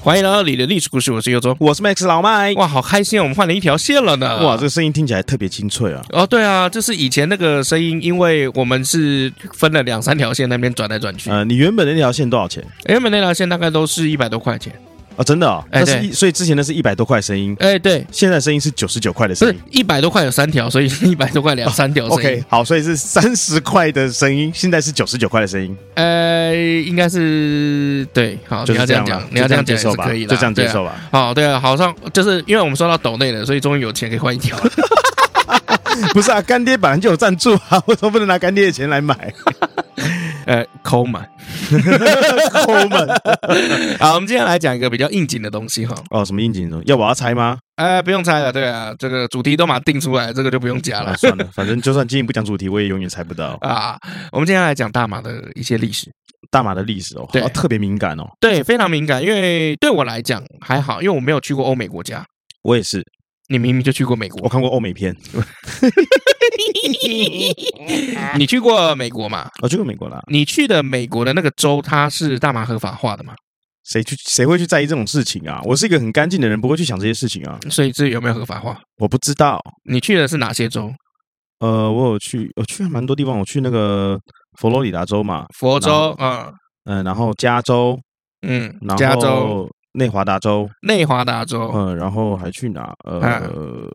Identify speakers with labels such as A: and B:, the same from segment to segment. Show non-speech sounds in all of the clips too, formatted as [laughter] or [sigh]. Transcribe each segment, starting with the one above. A: 欢迎来到你的历史故事，我是尤忠。
B: 我是 Max 老麦。
A: 哇，好开心哦，我们换了一条线了呢！
B: 哇，这个声音听起来特别清脆啊！
A: 哦，对啊，就是以前那个声音，因为我们是分了两三条线，那边转来转去。
B: 呃，你原本那条线多少钱
A: 原本那条线大概都是一百多块钱。
B: 啊？真的哦，
A: 哎
B: 那是
A: 对
B: 一，所以之前那是一百多块声音，
A: 哎，对，
B: 现在声音是九十九块的
A: 不
B: 声
A: 是
B: 音。
A: 一百多块有三条，所以一百多块两三条声音。
B: OK，好，所以是三十块的声音，现在是九十九块的声音，
A: 呃，应该是对，好，
B: 就
A: 哦你
B: 是
A: 要
B: 这
A: 这样
B: 样
A: 讲
B: 吧，，
A: 你要
B: 就
A: 这样讲也
B: 接
A: 是
B: 受吧，
A: 可以的，
B: 就这样接
A: 对啊
B: 受。吧。
A: 哦，对啊，好像就是因为我们收到抖内了，所以终于有钱可以换一条
B: [laughs]
A: 了。
B: 不是啊，干爹本来就有赞助啊，为什么不能拿干爹的钱
A: [laughs]
B: 来买？ [laughs]
A: 呃，抠门。
B: 抠门
A: 好，我们今天来讲一个比较应景的东西哈。
B: 哦，什么应景的？要我要猜吗？
A: 哎，不用猜了，对啊，这个主题都嘛定出来，这个就不用加
B: 啊 [laughs]
A: 了，
B: 算了，反正就算今天不讲主题，我也永远猜不到
A: 啊。我们今天来讲大马的一些历史，
B: 大马的历史哦，
A: 对
B: 好特别敏感哦。
A: 对，非常敏感，因为对我来讲还好，因为我没有去过欧美国家。
B: 我也是，
A: 你明明就去过美
B: 我
A: 国，
B: 看过欧美片，
A: 你去过美国嘛？
B: 哦我去过美国啦。
A: 你去的美国的那个州，它是大麻合法化的嘛？
B: 谁去谁会去在意这种事情啊？我是一个很干净的人，不会去想这些事情啊。
A: 所以这有没有合法化？
B: 我不知道，
A: 你去的是哪些州？
B: 呃，我有去，我去了蛮多地方，我去那个佛罗里达州嘛，
A: 佛
B: 然
A: 州啊，
B: 嗯、然后加州，
A: 嗯，
B: 然后
A: 加州、哦
B: 内华达州，
A: 内华达州，
B: 嗯、然后还去哪？呃，
A: 嗯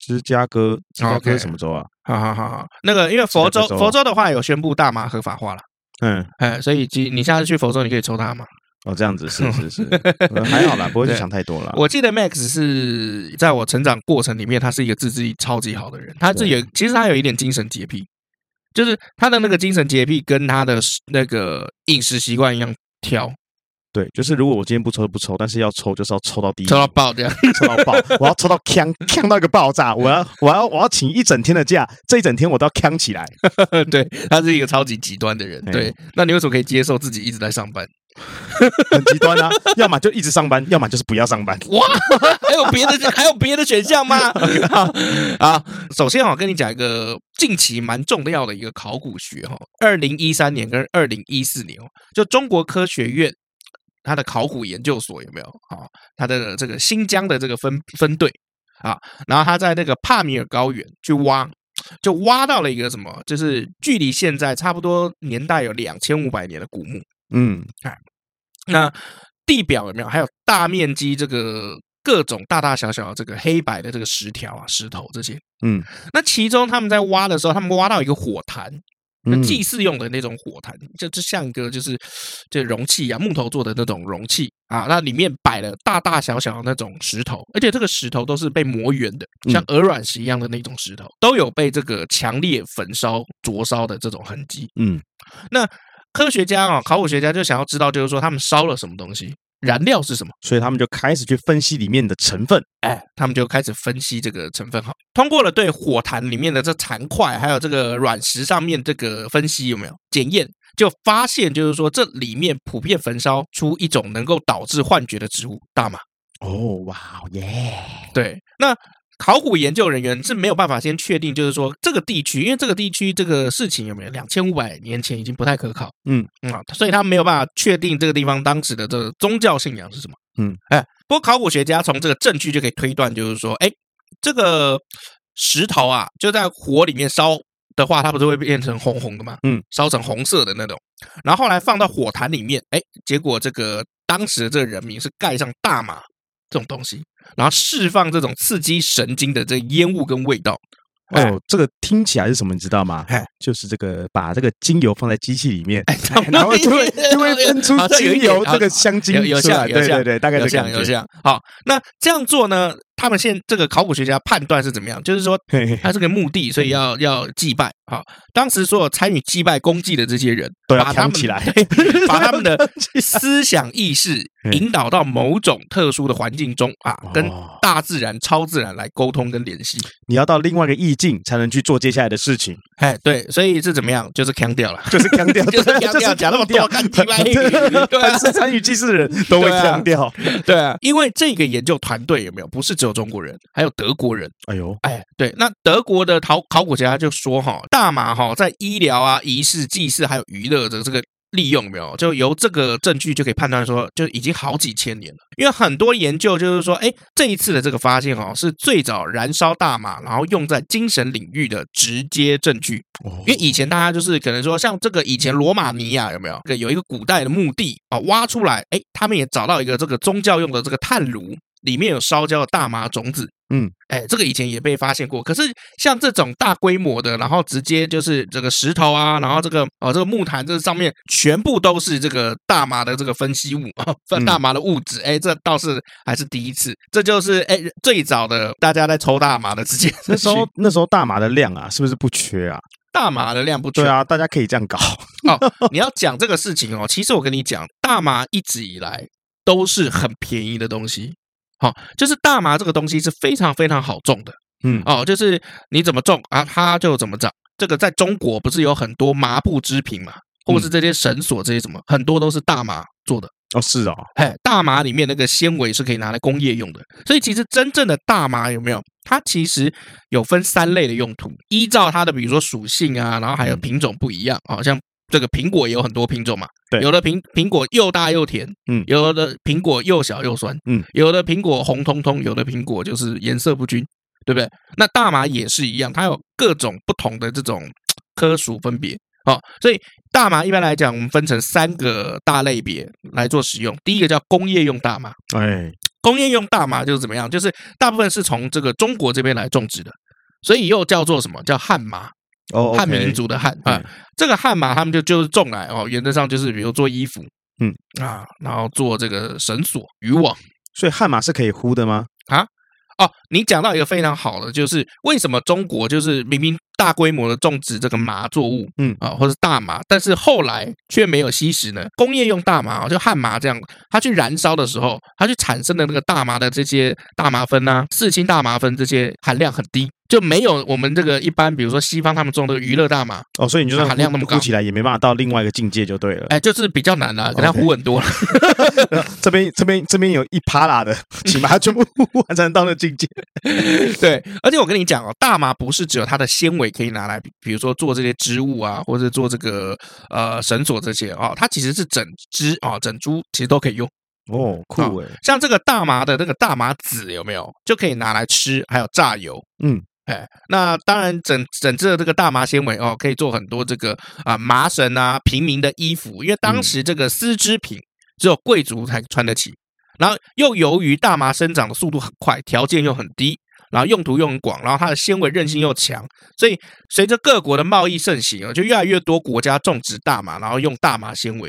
B: 芝加哥，芝加
A: 哦
B: 哥
A: OK
B: 是什么州啊？
A: 好好好好，那个因为佛州
B: 这个州
A: 佛州的话有宣布大麻合法化了，
B: 嗯，
A: 哎，所以其你下次去佛州你可以抽大麻。
B: 哦，这样子是
A: [laughs]
B: 是是，呃还好啦，不会去
A: 对
B: 想太多啦。
A: 我记得 Max 是在我成长过程里面，他是一个自制力超级好的人，他是
B: 对
A: 有其实他有一点精神洁癖，就是他的那个精神洁癖跟他的那个饮食习惯一样挑，
B: 对，就是如果我今天不抽就不抽，但是要抽就是要抽到第一，
A: 抽到爆这样。 [laughs]
B: 抽到爆， [laughs] 我要抽到呛呛到一个爆炸，我要我要我要请一整天的假，这一整天我都要呛起来。
A: 对，他是一个超级极端的人。
B: 哎
A: 对，那你为什么可以接受自己一直在上班？
B: 很极端啊，要么就一直上班，要么就是不要上班。
A: 哇， [laughs] 还有别的还有别的选项 [laughs] 吗？啊，首先我跟你讲一个近期蛮重要的一个考古学哈，二零一三年跟二零一四年哦，就中国科学院它的考古研究所有没有啊？它的这个新疆的这个分分队啊，然后他在那个帕米尔高原去挖。就挖到了一个什么，就是距离现在差不多年代有两千五百年的古墓，
B: 嗯，
A: 那地表有没有？还有大面积这个各种大大小小的这个黑白的这个石条啊、石头这些。
B: 嗯，
A: 那其中他们在挖的时候，他们挖到一个火坛，就
B: 嗯
A: 祭祀用的那种火坛，就就像一个就是这容器啊，木头做的那种容器啊，那里面摆了大大小小的那种石头，而且这个石头都是被磨圆的，
B: 嗯
A: 像鹅卵石一样的那种石头，都有被这个强烈焚烧、灼烧的这种痕迹。
B: 嗯，
A: 那科学家啊、考古学家就想要知道，就是说他们烧了什么东西，燃料是什么。
B: 所以他们就开始去分析里面的成分。
A: 哎，他们就开始分析这个成分哈，通过了对火坛里面的这残块，还有这个卵石上面这个分析有没有检验，就发现就是说这里面普遍焚烧出一种能够导致幻觉的植物大麻。
B: 哦，哇耶！
A: 对，那考古研究人员是没有办法先确定，就是说这个地区，因为这个地区这个事情有没有两千五百年前已经不太可靠，
B: 嗯
A: 啊、所以他没有办法确定这个地方当时的这个宗教信仰是什么，
B: 嗯，
A: 哎，不过考古学家从这个证据就可以推断，就是说，哎，这个石头啊，就在火里面烧。的话，它不是会变成红红的吗？
B: 嗯，
A: 烧成红色的那种。然后后来放到火坛里面，哎，结果这个当时的这个人民是盖上大麻这种东西，然后释放这种刺激神经的这烟雾跟味道。哎
B: 哦，这个听起来是什么？你知道吗
A: 哎？
B: 就是这个把这个精油放在机器里面，
A: 哎，
B: 然后
A: [laughs]
B: 就会就会分出
A: 好像有
B: 精
A: 一点
B: 油
A: 好
B: 这个香精
A: 有有
B: 出来。
A: 像有
B: 对
A: 像
B: 对对，大概
A: 有
B: 这
A: 像
B: 感
A: 有
B: 觉。
A: 像。好，那这样做呢，他们现这个考古学家判断是怎么样？就是说，
B: 嘿嘿
A: 它是个墓地，所以要要祭拜啊。当时所有参与祭拜公祭的这些人，
B: 都要
A: 把他
B: 扛
A: 们
B: 起来，
A: 对 [laughs] 把他们的 [laughs] 思想意识引导到某种特殊的环境中啊，跟
B: 哦
A: 大自然、超自然来沟通跟联系。
B: [laughs] 你要到另外一个意境才能去做接下来的事情，
A: 哎，对，所以是怎么样？就是腔 [laughs] 调了。
B: 就是腔调，
A: 就是
B: 对
A: 腔
B: 啊
A: 调
B: 就是
A: 讲那么多
B: 腔调
A: 干鸡巴 [laughs] 对啊
B: 凡是参与祭祀的人都会
A: 对啊
B: 腔调。
A: 对啊，因为这个研究团队有没有不是只有中国人，还有德国人。
B: 哎呦，
A: 哎，对，那德国的考考古学家就说哈，大麻哈在医疗啊、仪式、祭祀还有娱乐的这个利用有没有，就由这个证据就可以判断说，就已经好几千年了。因为很多研究就是说，哎，这一次的这个发现哦，是最早燃烧大麻然后用在精神领域的直接证据。
B: 哦
A: 因为以前大家就是可能说，像这个以前罗马尼亚有没有这个有一个古代的墓地啊、挖出来，哎，他们也找到一个这个宗教用的这个炭炉，里面有烧焦的大麻种子。
B: 嗯，
A: 哎，这个以前也被发现过。可是像这种大规模的，然后直接就是这个石头啊，然后这个哦这个木坛这上面全部都是这个大麻的这个分析物 [laughs] 啊，
B: 嗯
A: 大麻的物质。哎，这倒是还是第一次，这就是哎最早的大家在抽大麻的直接
B: 那时候那时候大麻的量啊，是不是不缺啊？
A: 大麻的量不缺
B: 对啊，大家可以这样搞。
A: 哦，你要讲这个事情哦，其实我跟你讲，大麻一直以来都是很便宜的东西。好、就是大麻这个东西是非常非常好种的
B: 嗯，
A: 哦，就是你怎么种啊，它就怎么长。这个在中国不是有很多麻布织品嘛，或是这些绳索这些什么，很多都是大麻做的。
B: 哦是哦，
A: 哎，大麻里面那个纤维是可以拿来工业用的，所以其实真正的大麻有没有？它其实有分三类的用途，依照它的比如说属性啊，然后
B: 嗯
A: 还有品种不一样，好、像这个苹果也有很多品种嘛，
B: 对
A: 有的苹苹果又大又甜，
B: 嗯
A: 有的苹果又小又酸，
B: 嗯，
A: 有的苹果红彤彤，有的苹果就是颜色不均，对不对？那大麻也是一样，它有各种不同的这种科属分别。好、所以大麻一般来讲，我们分成三个大类别来做使用。第一个叫工业用大麻，
B: 哎，
A: 工业用大麻就是怎么样？就是大部分是从这个中国这边来种植的，所以又叫做什么叫汉麻？
B: 哦，
A: 汉民族的汉啊
B: 嗯，
A: 这个汉麻他们就就是种来哦，原则上就是比如做衣服，
B: 嗯
A: 啊，然后做这个绳索、渔网。
B: 所以悍马是可以呼的吗？
A: 哦，你讲到一个非常好的，就是为什么中国就是明明大规模的种植这个麻作物，
B: 嗯
A: 啊，或是大麻，但是后来却没有吸食呢？工业用大麻，哦就旱麻这样，它去燃烧的时候，它去产生的那个大麻的这些大麻酚啊、四氢大麻酚这些含量很低，就没有我们这个一般，比如说西方他们种的娱乐大麻，
B: 哦，所以你就算
A: 啊含量那么
B: 呼
A: 高
B: 呼起来也没办法到另外一个境界
A: [laughs]
B: 就对了。
A: 哎，就是比较难了、可能它
B: OK
A: 糊很多了。
B: 这边这边这边有一趴啦的，请把它全部呼完才能到那境
A: [laughs]
B: 界。
A: 对，而且我跟你讲哦，大麻不是只有它的纤维可以拿来，比比如说做这些织物啊，或者做这个呃绳索这些哦，它其实是整枝啊、哦整株其实都可以用。
B: 哦，酷哎，
A: 像这个大麻的那个大麻籽有没有，就可以拿来吃，还有榨油。
B: 嗯，
A: 哎，那当然整整治的这个大麻纤维哦，可以做很多这个啊、麻绳啊、平民的衣服，因为当时这个丝织品只有贵族才穿得起，然后又由于大麻生长的速度很快，条件又很低。然后用途又很广，然后它的纤维韧性又强，所以随着各国的贸易盛行哦，就越来越多国家种植大麻，然后用大麻纤维。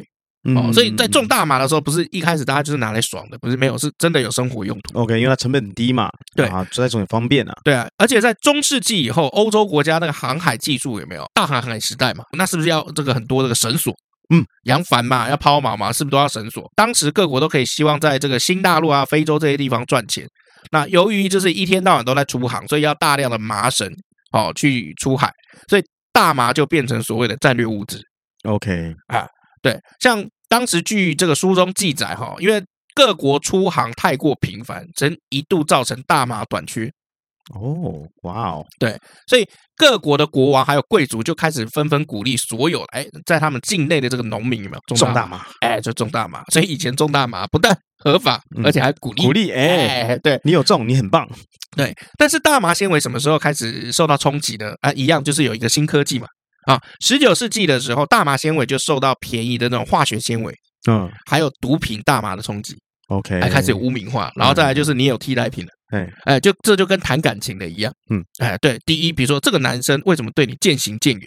A: 哦，
B: 嗯
A: 所以在种大麻的时候，不是一开始大家就是拿来爽的，不是没有，是真的有生活用途。
B: OK，因为它成本很低嘛，
A: 对
B: 啊，所以这种也方便啊。
A: 对啊，而且在中世纪以后，欧洲国家那个航海技术有没有大航海时代嘛？那是不是要这个很多这个绳索？
B: 嗯，
A: 扬帆嘛，要抛锚嘛，是不是都要绳索？当时各国都可以希望在这个新大陆啊、非洲这些地方赚钱。那由于就是一天到晚都在出航，所以要大量的麻绳哦去出海，所以大麻就变成所谓的战略物资。
B: OK，
A: 对，像当时据这个书中记载哈，因为各国出航太过频繁，曾一度造成大麻短缺，
B: 哦，哇哦，
A: 所以各国的国王还有贵族就开始纷纷鼓励所有哎，在他们境内的这个农民有没有
B: 种
A: 大
B: 大
A: 麻？
B: 麻，
A: 哎，就种大麻。所以以前种大麻不但合法，
B: 嗯
A: 而且还鼓励
B: 鼓。励哎，
A: 哎，对
B: 你有中，你很棒。
A: 对，但是大麻纤维什么时候开始受到冲击呢？啊，一样就是有一个新科技嘛。啊，十九世纪的时候，大麻纤维就受到便宜的那种化学纤维，
B: 嗯
A: 还有毒品大麻的冲击。
B: ，OK，
A: 哎，开始有污名化，然后再来就是你有替代品了，
B: 嗯哎
A: 哎，就这就跟谈感情的一样，
B: 嗯，
A: 哎，对，第一，比如说这个男生为什么对你渐行渐远，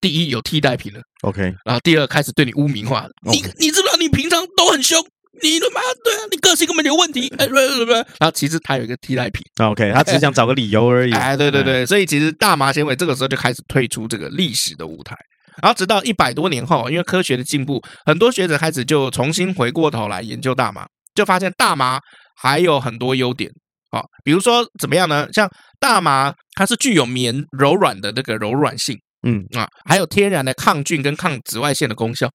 A: 第一有替代品了，
B: OK，
A: 然后第二开始对你污名化了，
B: 哦
A: 你你知不知道你平常都很凶，你他妈对啊，你个性根本就有问题，哎，不不不，然后其实他有一个替代品，
B: OK，他只是想找个理由而已。
A: 哎，对对对，所以其实大麻纤维这个时候就开始退出这个历史的舞台。然后直到一百多年后，因为科学的进步，很多学者开始就重新回过头来研究大麻，就发现大麻还有很多优点。好、比如说怎么样呢？像大麻它是具有绵柔软的那个柔软性，
B: 嗯
A: 啊，还有天然的抗菌跟抗紫外线的功效。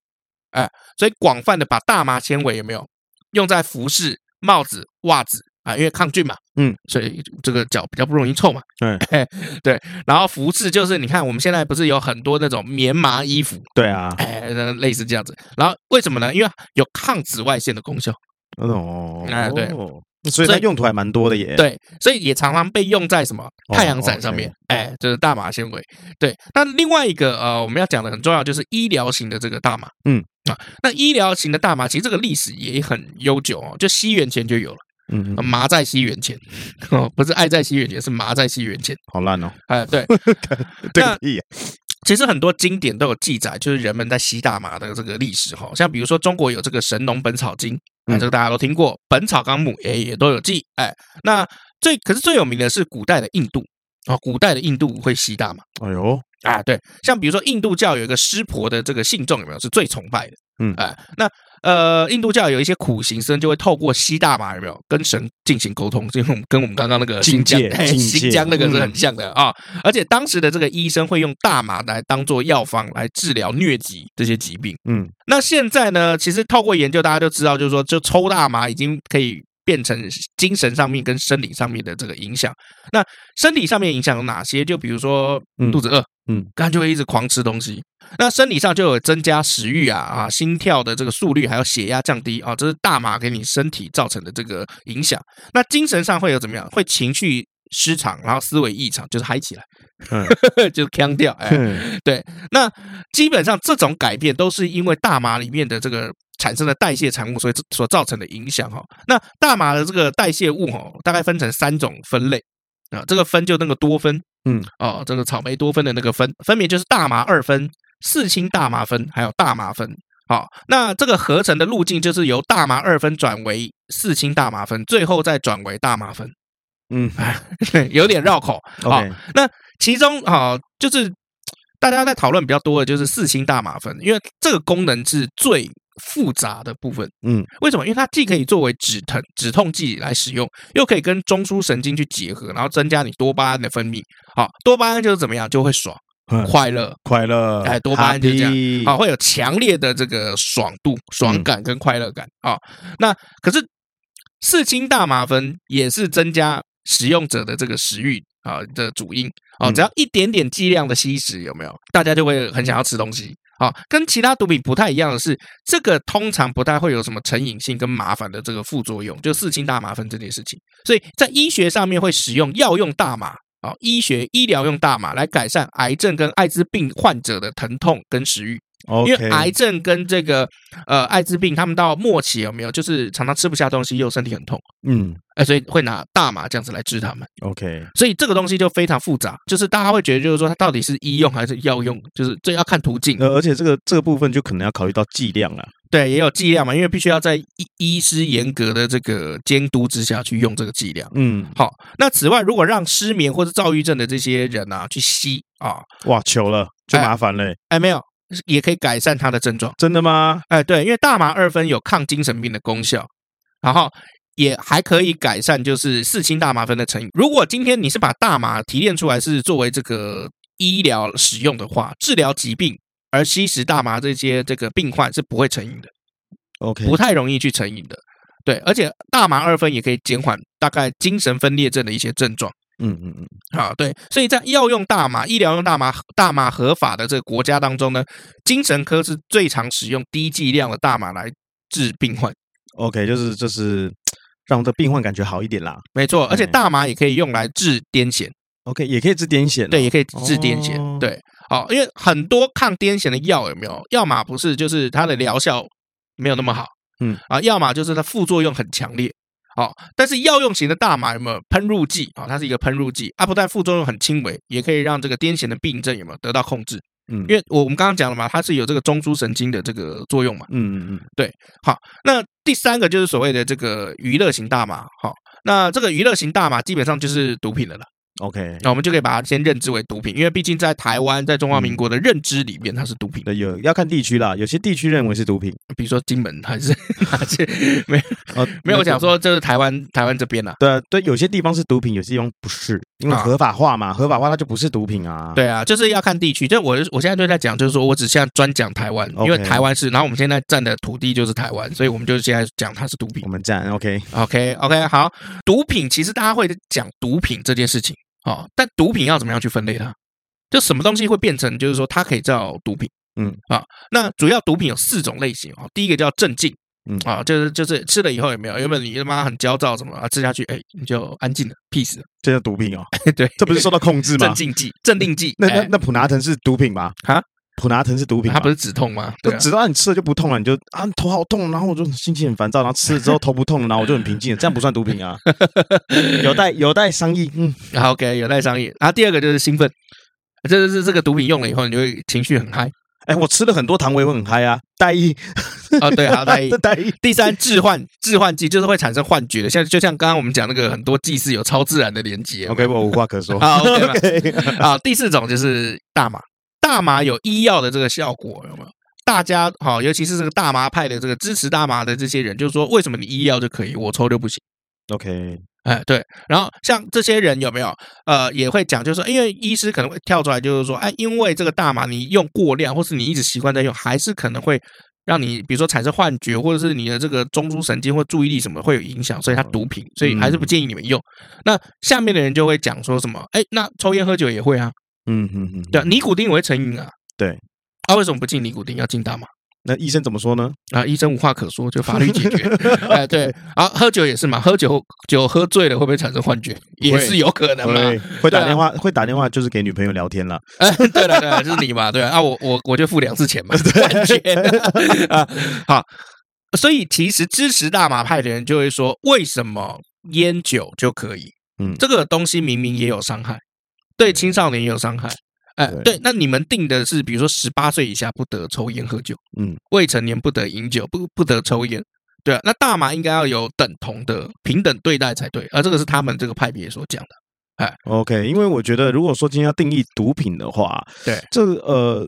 A: 哎，所以广泛的把大麻纤维有没有用在服饰、帽子、袜子啊？因为抗菌嘛，
B: 嗯，
A: 所以这个脚比较不容易臭嘛。
B: 嗯，
A: 对，然后服饰就是你看我们现在不是有很多那种棉麻衣服，
B: 对啊，
A: 哎，那类似这样子。然后为什么呢？因为有抗紫外线的功效，
B: 哦，
A: 哎对
B: 所以它用途还蛮多的耶。，
A: 对，所以也常常被用在什么太阳伞上面
B: 哦，
A: 哎，就是大麻纤维。对，那另外一个呃，我们要讲的很重要就是医疗型的这个大麻，
B: 嗯
A: 啊，那医疗型的大麻其实这个历史也很悠久哦，就西元前就有了，
B: 嗯，嗯
A: 麻在西元前，哦，不是爱在西元前，是麻在西元前，
B: 好烂哦，
A: 哎，对，
B: 对
A: 那
B: 个屁呀！
A: 其实很多经典都有记载，就是人们在吸大麻的这个历史哈，像比如说中国有这个《神农本草经》，啊，
B: 嗯
A: 这个大家都听过，《本草纲目》也也都有记，哎，那最可是最有名的是古代的印度啊，古代的印度会吸大麻
B: 哎呦，
A: 啊，对，像比如说印度教有一个湿婆的这个信众有没有是最崇拜的，
B: 嗯
A: 哎，那呃，印度教有一些苦行僧就会透过吸大麻有没有跟神进行沟通，这跟我们跟我们刚刚那个新
B: 境
A: 疆
B: 界
A: 嘿
B: 境界
A: 新疆那个是很
B: 嗯
A: 像的啊、而且当时的这个医生会用大麻来当做药方来治疗疟疾这些疾病。
B: 嗯，
A: 那现在呢，其实透过研究，大家就知道，就是说，就抽大麻已经可以变成精神上面跟生理上面的这个影响。那生理上面影响有哪些？就比如说
B: 嗯
A: 肚子饿，
B: 嗯，
A: 刚就会一直狂吃东西。那生理上就有增加食欲啊啊，心跳的这个速率，还有血压降低啊，这是大麻给你身体造成的这个影响。那精神上会有怎么样？会情绪失常，然后思维异常，就是嗨起来，
B: 嗯
A: [laughs] 就是腔掉，
B: [laughs]
A: 哎，
B: 哼
A: 那基本上这种改变都是因为大麻里面的这个产生的代谢产物，所以所造成的影响哈。那大麻的这个代谢物哦，大概分成三种分类啊，这个分就那个多酚，
B: 嗯，
A: 哦，这个草莓多酚的那个酚，分别就是大麻二酚、四氢大麻酚还有大麻酚。好，那这个合成的路径就是由大麻二酚转为四氢大麻酚，最后再转为大麻酚， [laughs]
B: 嗯
A: 有点绕口。哎好
B: ，OK，
A: 那其中啊、就是大家在讨论比较多的就是四氢大麻酚，因为这个功能是最复杂的部分。
B: 嗯，
A: 为什么？因为它既可以作为止疼止痛剂来使用，又可以跟中枢神经去结合，然后增加你多巴胺的分泌。好，多巴胺就是怎么样，就会爽、
B: 嗯
A: 快乐，
B: 快乐，
A: 哎多巴胺就这样
B: happy
A: 啊，，会有强烈的这个爽度、爽感跟快乐感啊、那可是四氢大麻酚也是增加使用者的这个食欲啊的主因啊，
B: 嗯
A: 只要一点点剂量的吸食，有没有？大家就会很想要吃东西。啊，跟其他毒品不太一样的是，这个通常不太会有什么成瘾性跟麻烦的这个副作用，就四氢大麻酚这件事情。所以在医学上面会使用药用大麻啊、医学医疗用大麻来改善癌症跟艾滋病患者的疼痛跟食欲。因
B: OK，
A: 为癌症跟这个呃艾滋病，他们到末期有没有就是常常吃不下东西，又身体很痛，
B: 嗯
A: 哎、所以会拿大麻这样子来治他们。
B: ，OK，
A: 所以这个东西就非常复杂，就是大家会觉得就是说它到底是医用还是药用，就是这要看途径。
B: 呃，而且这个这个部分就可能要考虑到剂量啊了。
A: 对，也有剂量嘛，因为必须要在医医师严格的这个监督之下去用这个剂量。
B: 嗯，
A: 好，那此外，如果让失眠或是躁郁症的这些人啊去吸啊，
B: 哇，求了就
A: 哎
B: 麻烦嘞，
A: 哎没有，也可以改善他的症状。
B: 真的吗？
A: 哎，对，因为大麻二酚有抗精神病的功效，然后也还可以改善就是四氢大麻酚的成瘾。如果今天你是把大麻提炼出来是作为这个医疗使用的话，治疗疾病。而吸食大麻这些这个病患是不会成瘾的，
B: OK，
A: 不太容易去成瘾的。对，而且大麻二酚也可以减缓大概精神分裂症的一些症状。
B: 嗯嗯嗯，
A: 啊，对，所以在药用大麻、医疗用大麻、大麻合法的这个国家当中呢，精神科是最常使用低剂量的大麻来治病患。
B: OK，就是就是让这病患感觉好一点啦。
A: 没错，而且
B: 嗯
A: 大麻也可以用来治癫痫，
B: OK，也可以治癫痫哦、
A: 对，也可以治癫痫，
B: 哦
A: 对，好，因为很多抗癫痫的药有没有？要么不是就是它的疗效没有那么好，
B: 嗯
A: 啊，要么就是它副作用很强烈。好，但是药用型的大麻有没有喷入剂啊？它是一个喷入剂，啊，不但副作用很轻微，也可以让这个癫痫的病症有没有得到控制。
B: 嗯
A: 因为我我们刚刚讲了嘛，它是有这个中枢神经的这个作用嘛。
B: 嗯嗯
A: 好，那第三个就是所谓的这个娱乐型大麻。好，那这个娱乐型大麻基本上就是毒品了啦。
B: ，OK，
A: 那我们就可以把它先认知为毒品，因为毕竟在台湾，在中华民国的认知里面，它是毒品。
B: 对，有要看地区啦，有些地区认为是毒品，
A: 比如说金门还是 [laughs] 还是没
B: 哦，
A: 没有我讲说，就是台湾台湾这边啦。
B: 对啊对，有些地方是毒品，有些地方不是，因为
A: 啊
B: 合法化嘛，合法化它就不是毒品啊。，
A: 对啊，就是要看地区。就我我现在就在讲，就是说我只现在专讲台湾，因为
B: OK
A: 台湾是，然后我们现在占的土地就是台湾，所以我们就现在讲它是毒品
B: 我。们站 OK，
A: OK OK，好，毒品其实大家会讲毒品这件事情哦，但毒品要怎么样去分类它？就什么东西会变成，就是说它可以叫毒品，
B: 嗯
A: 啊，那主要毒品有四种类型哦，第一个叫镇静，
B: 嗯
A: 啊，就是就是吃了以后有没有，原本你他妈很焦躁什么啊，吃下去哎你就安静了，peace，了 [laughs]
B: 这叫毒品哦，
A: 对，
B: 这不是受到控制
A: 镇
B: 吗？
A: 静剂、镇定剂，
B: 那那
A: 哎
B: 那普拿疼是毒品吗？
A: 啊，
B: 普拿疼是毒品
A: 它
B: 吗，
A: 不是止痛吗？对啊，
B: 只要你吃了就不痛了，你就啊头好痛，然后我就心情很烦躁，然后吃了之后头不痛了，然后我就很平静了，这样不算毒品
A: [laughs]
B: 啊。有待有待商议，嗯，
A: 好 OK 有待商议。然后第二个就是兴奋，这就是这个毒品用了以后，你就会情绪很嗨
B: 哎，我吃了很多糖，我也会很嗨啊。待意，
A: 啊，对，
B: [laughs]
A: 好在意
B: 待意，
A: 第三，置换置换剂就是会产生幻觉的，像就像刚刚我们讲那个很多祭祀有超自然的连
B: [laughs]
A: 接。
B: OK，我无话可
A: [laughs]
B: 说。
A: 好，OK 吧
B: [laughs] OK，
A: 啊，第四种就是大麻，大麻有医药的这个效果，有没有？大家好，尤其是这个大麻派的这个支持大麻的这些人，就是说为什么你医药就可以，我抽就不行？
B: OK，
A: 哎，对。然后像这些人有没有？呃，也会讲，就是说，因为医师可能会跳出来，就是说，哎，因为这个大麻你用过量，或是你一直习惯在用，还是可能会让你，比如说产生幻觉，或者是你的这个中枢神经或注意力什么会有影响，所以它毒品，所以还是不建议你们用。那下面的人就会讲说什么？哎，那抽烟喝酒也会啊，
B: 嗯嗯嗯，
A: 对啊，尼古丁也会成瘾啊，
B: 对。
A: 啊，为什么不禁尼古丁，要禁大麻？
B: 那医生怎么说呢？
A: 啊，医生无话可说，就法律解决。 [laughs] 哎，对，啊，喝酒也是嘛，喝酒酒喝醉了会不会产生幻觉，也是有可能嘛。
B: 会哎会
A: 对
B: 打
A: 啊
B: 电话，会打电话就是给女朋友聊天了。
A: 哎， [laughs] 对了对了，就是你嘛，对啊啊，我我我就付两次钱嘛，
B: [laughs]
A: 幻觉 [laughs] 啊，好，所以其实支持大麻派的人就会说，为什么烟酒就可以？
B: 嗯
A: 这个东西明明也有伤害，对青少年也有伤害。哎，
B: 对
A: 对，那你们定的是，比如说十八岁以下不得抽烟喝酒，
B: 嗯，
A: 未成年不得饮酒，不不得抽烟，对啊，那大麻应该要有等同的平等对待才对，而这个是他们这个派别所讲的。
B: OK，因为我觉得，如果说今天要定义毒品的话，
A: 对
B: 这个呃，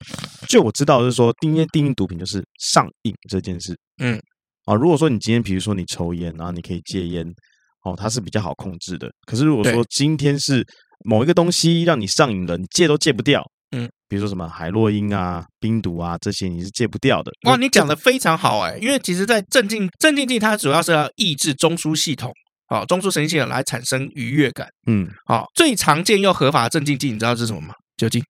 B: 就我知道就是说，今天定义毒品就是上瘾这件事。
A: 嗯，
B: 啊，如果说你今天比如说你抽烟，然后你可以戒烟，哦，它是比较好控制的。可是如果
A: 对
B: 说今天是某一个东西让你上瘾了，你戒都戒不掉，
A: 嗯，
B: 比如说什么海洛因啊、冰毒啊这些，你是戒不掉的。
A: 哇，你讲的非常好哎、因为其实，在镇静镇静剂它主要是要抑制中枢系统，好、中枢神经系统来产生愉悦感。
B: 嗯
A: 好、最常见又合法的镇静剂，你知道是什么吗？酒精。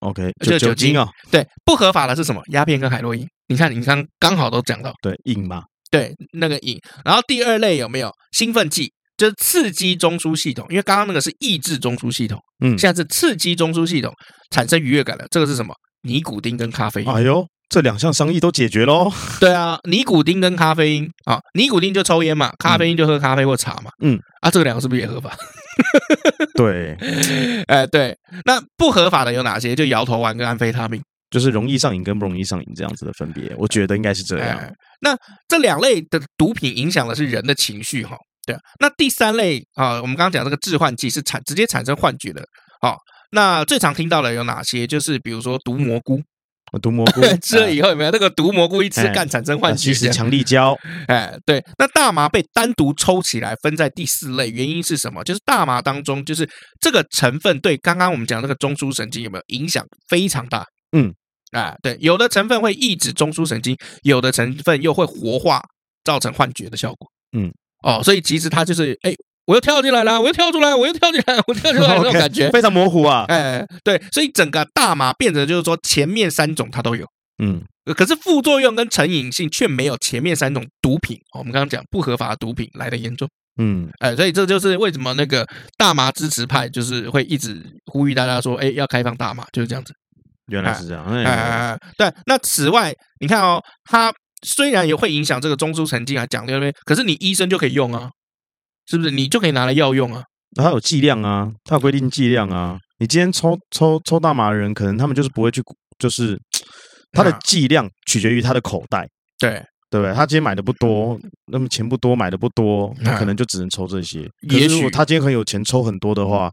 B: ，OK，
A: 就
B: 酒
A: 呃酒
B: 酒
A: 精啊
B: 精哦，
A: 对，不合法的是什么？鸦片跟海洛因。你看，你刚刚好都讲到，
B: 对，瘾嘛，
A: 对那个瘾。然后第二类有没有兴奋剂？就是刺激中枢系统，因为刚刚那个是抑制中枢系统，
B: 嗯，
A: 现在是刺激中枢系统产生愉悦感了。这个是什么？尼古丁跟咖啡因。
B: 哎呦，这两项商议都解决 [laughs] 喽。
A: 对啊，尼古丁跟咖啡因啊，尼古丁就抽烟嘛，咖啡因就喝咖啡或茶嘛。
B: 嗯，
A: 啊，这两个是不是也合
B: [laughs]
A: 法？
B: 对，
A: 哎，对，那不合法的有哪些？就摇头丸跟安非他命。
B: 就是容易上瘾跟不容易上瘾这样子的分别，我觉得应该是这样。
A: 哎，那这两类的毒品影响的是人的情绪哈。对啊，那第三类啊，我们刚刚讲这个致幻剂是产直接产生幻觉的。好，那最常听到的有哪些？就是比如说毒蘑菇，
B: 我毒蘑菇
A: [laughs] 吃了
B: 哎
A: 以后有没有那个毒蘑菇一吃
B: 哎
A: 干产生
B: 那
A: 幻觉
B: 其
A: 这
B: 实
A: 样？
B: 强力胶，
A: 哎，对，那大麻被单独抽起来分在第四类，原因是什么？就是大麻当中，就是这个成分对刚刚我们讲那个中枢神经有没有影响非常大？
B: 嗯，
A: 啊，对，有的成分会抑制中枢神经，有的成分又会活化，造成幻觉的效果。
B: 嗯，
A: 哦，所以其实它就是，哎，我又跳进来了，我又跳出来，我又跳进来，我跳出
B: [laughs]
A: 来那种
B: OK，
A: 感觉。
B: 非常模糊啊。
A: 哎，对，所以整个大麻变成就是说前面三种它都有。
B: 嗯，
A: 呃可是副作用跟成瘾性却没有前面三种毒品，哦我们刚刚讲不合法的毒品来的严重，
B: 嗯，
A: 哎，所以这就是为什么那个大麻支持派就是会一直呼吁大家说，哎，要开放大麻，就是这样子。
B: 原来是这样。
A: 哎、
B: 哎，
A: 对。那此外，你看哦，它虽然也会影响这个中枢神经啊，讲对不对？可是你医生就可以用啊，是不是？你就可以拿来药用啊。
B: 它有剂量啊，它有规定剂量啊。你今天抽抽抽大麻的人，可能他们就是不会去就是它的
A: 嗯
B: 剂量取决于它的口袋，
A: 对，
B: 对不对？他今天买的不多，那么钱不多，买的不多，
A: 嗯
B: 可能就只能抽这些。
A: 也
B: 可是如
A: 许
B: 果他今天很有钱，抽很多的话，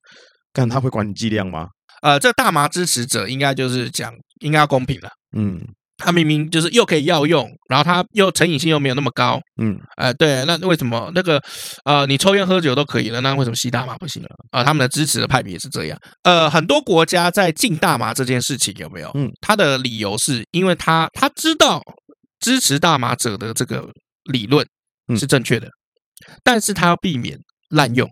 B: 干他会管你剂量吗？
A: 呃，这大麻支持者应该就是讲应该要公平了。
B: 嗯
A: 他明明就是又可以药用，然后他又成瘾性又没有那么高，
B: 嗯，
A: 呃，对，那为什么那个呃，你抽烟喝酒都可以了，那为什么吸大麻不行了？啊、他们的支持的派别也是这样。呃，很多国家在禁大麻这件事情有没有？
B: 嗯，
A: 他的理由是因为他他知道支持大麻者的这个理论
B: 嗯
A: 是正确的，但是他要避免滥用。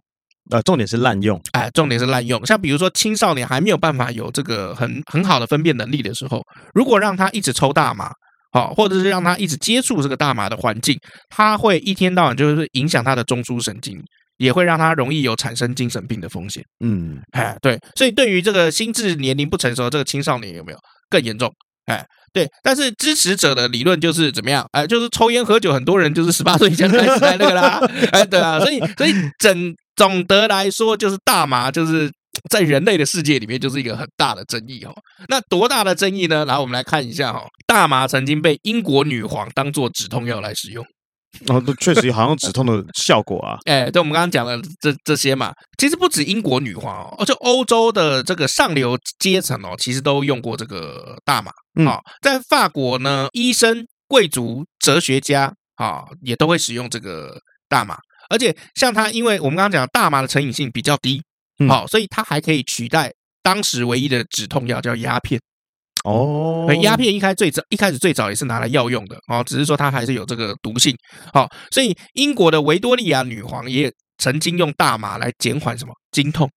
B: 呃，重点是滥用。
A: 哎，重点是滥用。像比如说青少年还没有办法有这个很很好的分辨能力的时候，如果让他一直抽大麻，好、或者是让他一直接触这个大麻的环境，他会一天到晚就是影响他的中枢神经，也会让他容易有产生精神病的风险。
B: 嗯，
A: 哎，对，所以对于这个心智年龄不成熟的这个青少年有没有更严重？哎，对，但是支持者的理论就是怎么样？哎，就是抽烟喝酒，很多人就是十八岁以前开始来那个啦，哎，对啊，所以所以整总的来说，就是大麻就是在人类的世界里面就是一个很大的争议哦。那多大的争议呢？来，我们来看一下哦，大麻曾经被英国女皇当做止痛药来使用。
B: 然后哦确实好像止痛的效果啊。
A: 哎，对，我们刚刚讲了这这些嘛，其实不止英国女皇哦，而且欧洲的这个上流阶层哦，其实都用过这个大麻。
B: 嗯
A: 好、在法国呢，医生、贵族、哲学家啊、也都会使用这个大麻。而且像它，因为我们刚刚讲大麻的成瘾性比较低，
B: 嗯
A: 好、所以它还可以取代当时唯一的止痛药，叫鸦片。
B: 哦
A: 呃，鸦片一开最早一开始最早也是拿来药用的哦，只是说它还是有这个毒性。好、所以英国的维多利亚女皇也曾经用大麻来减缓什么经痛、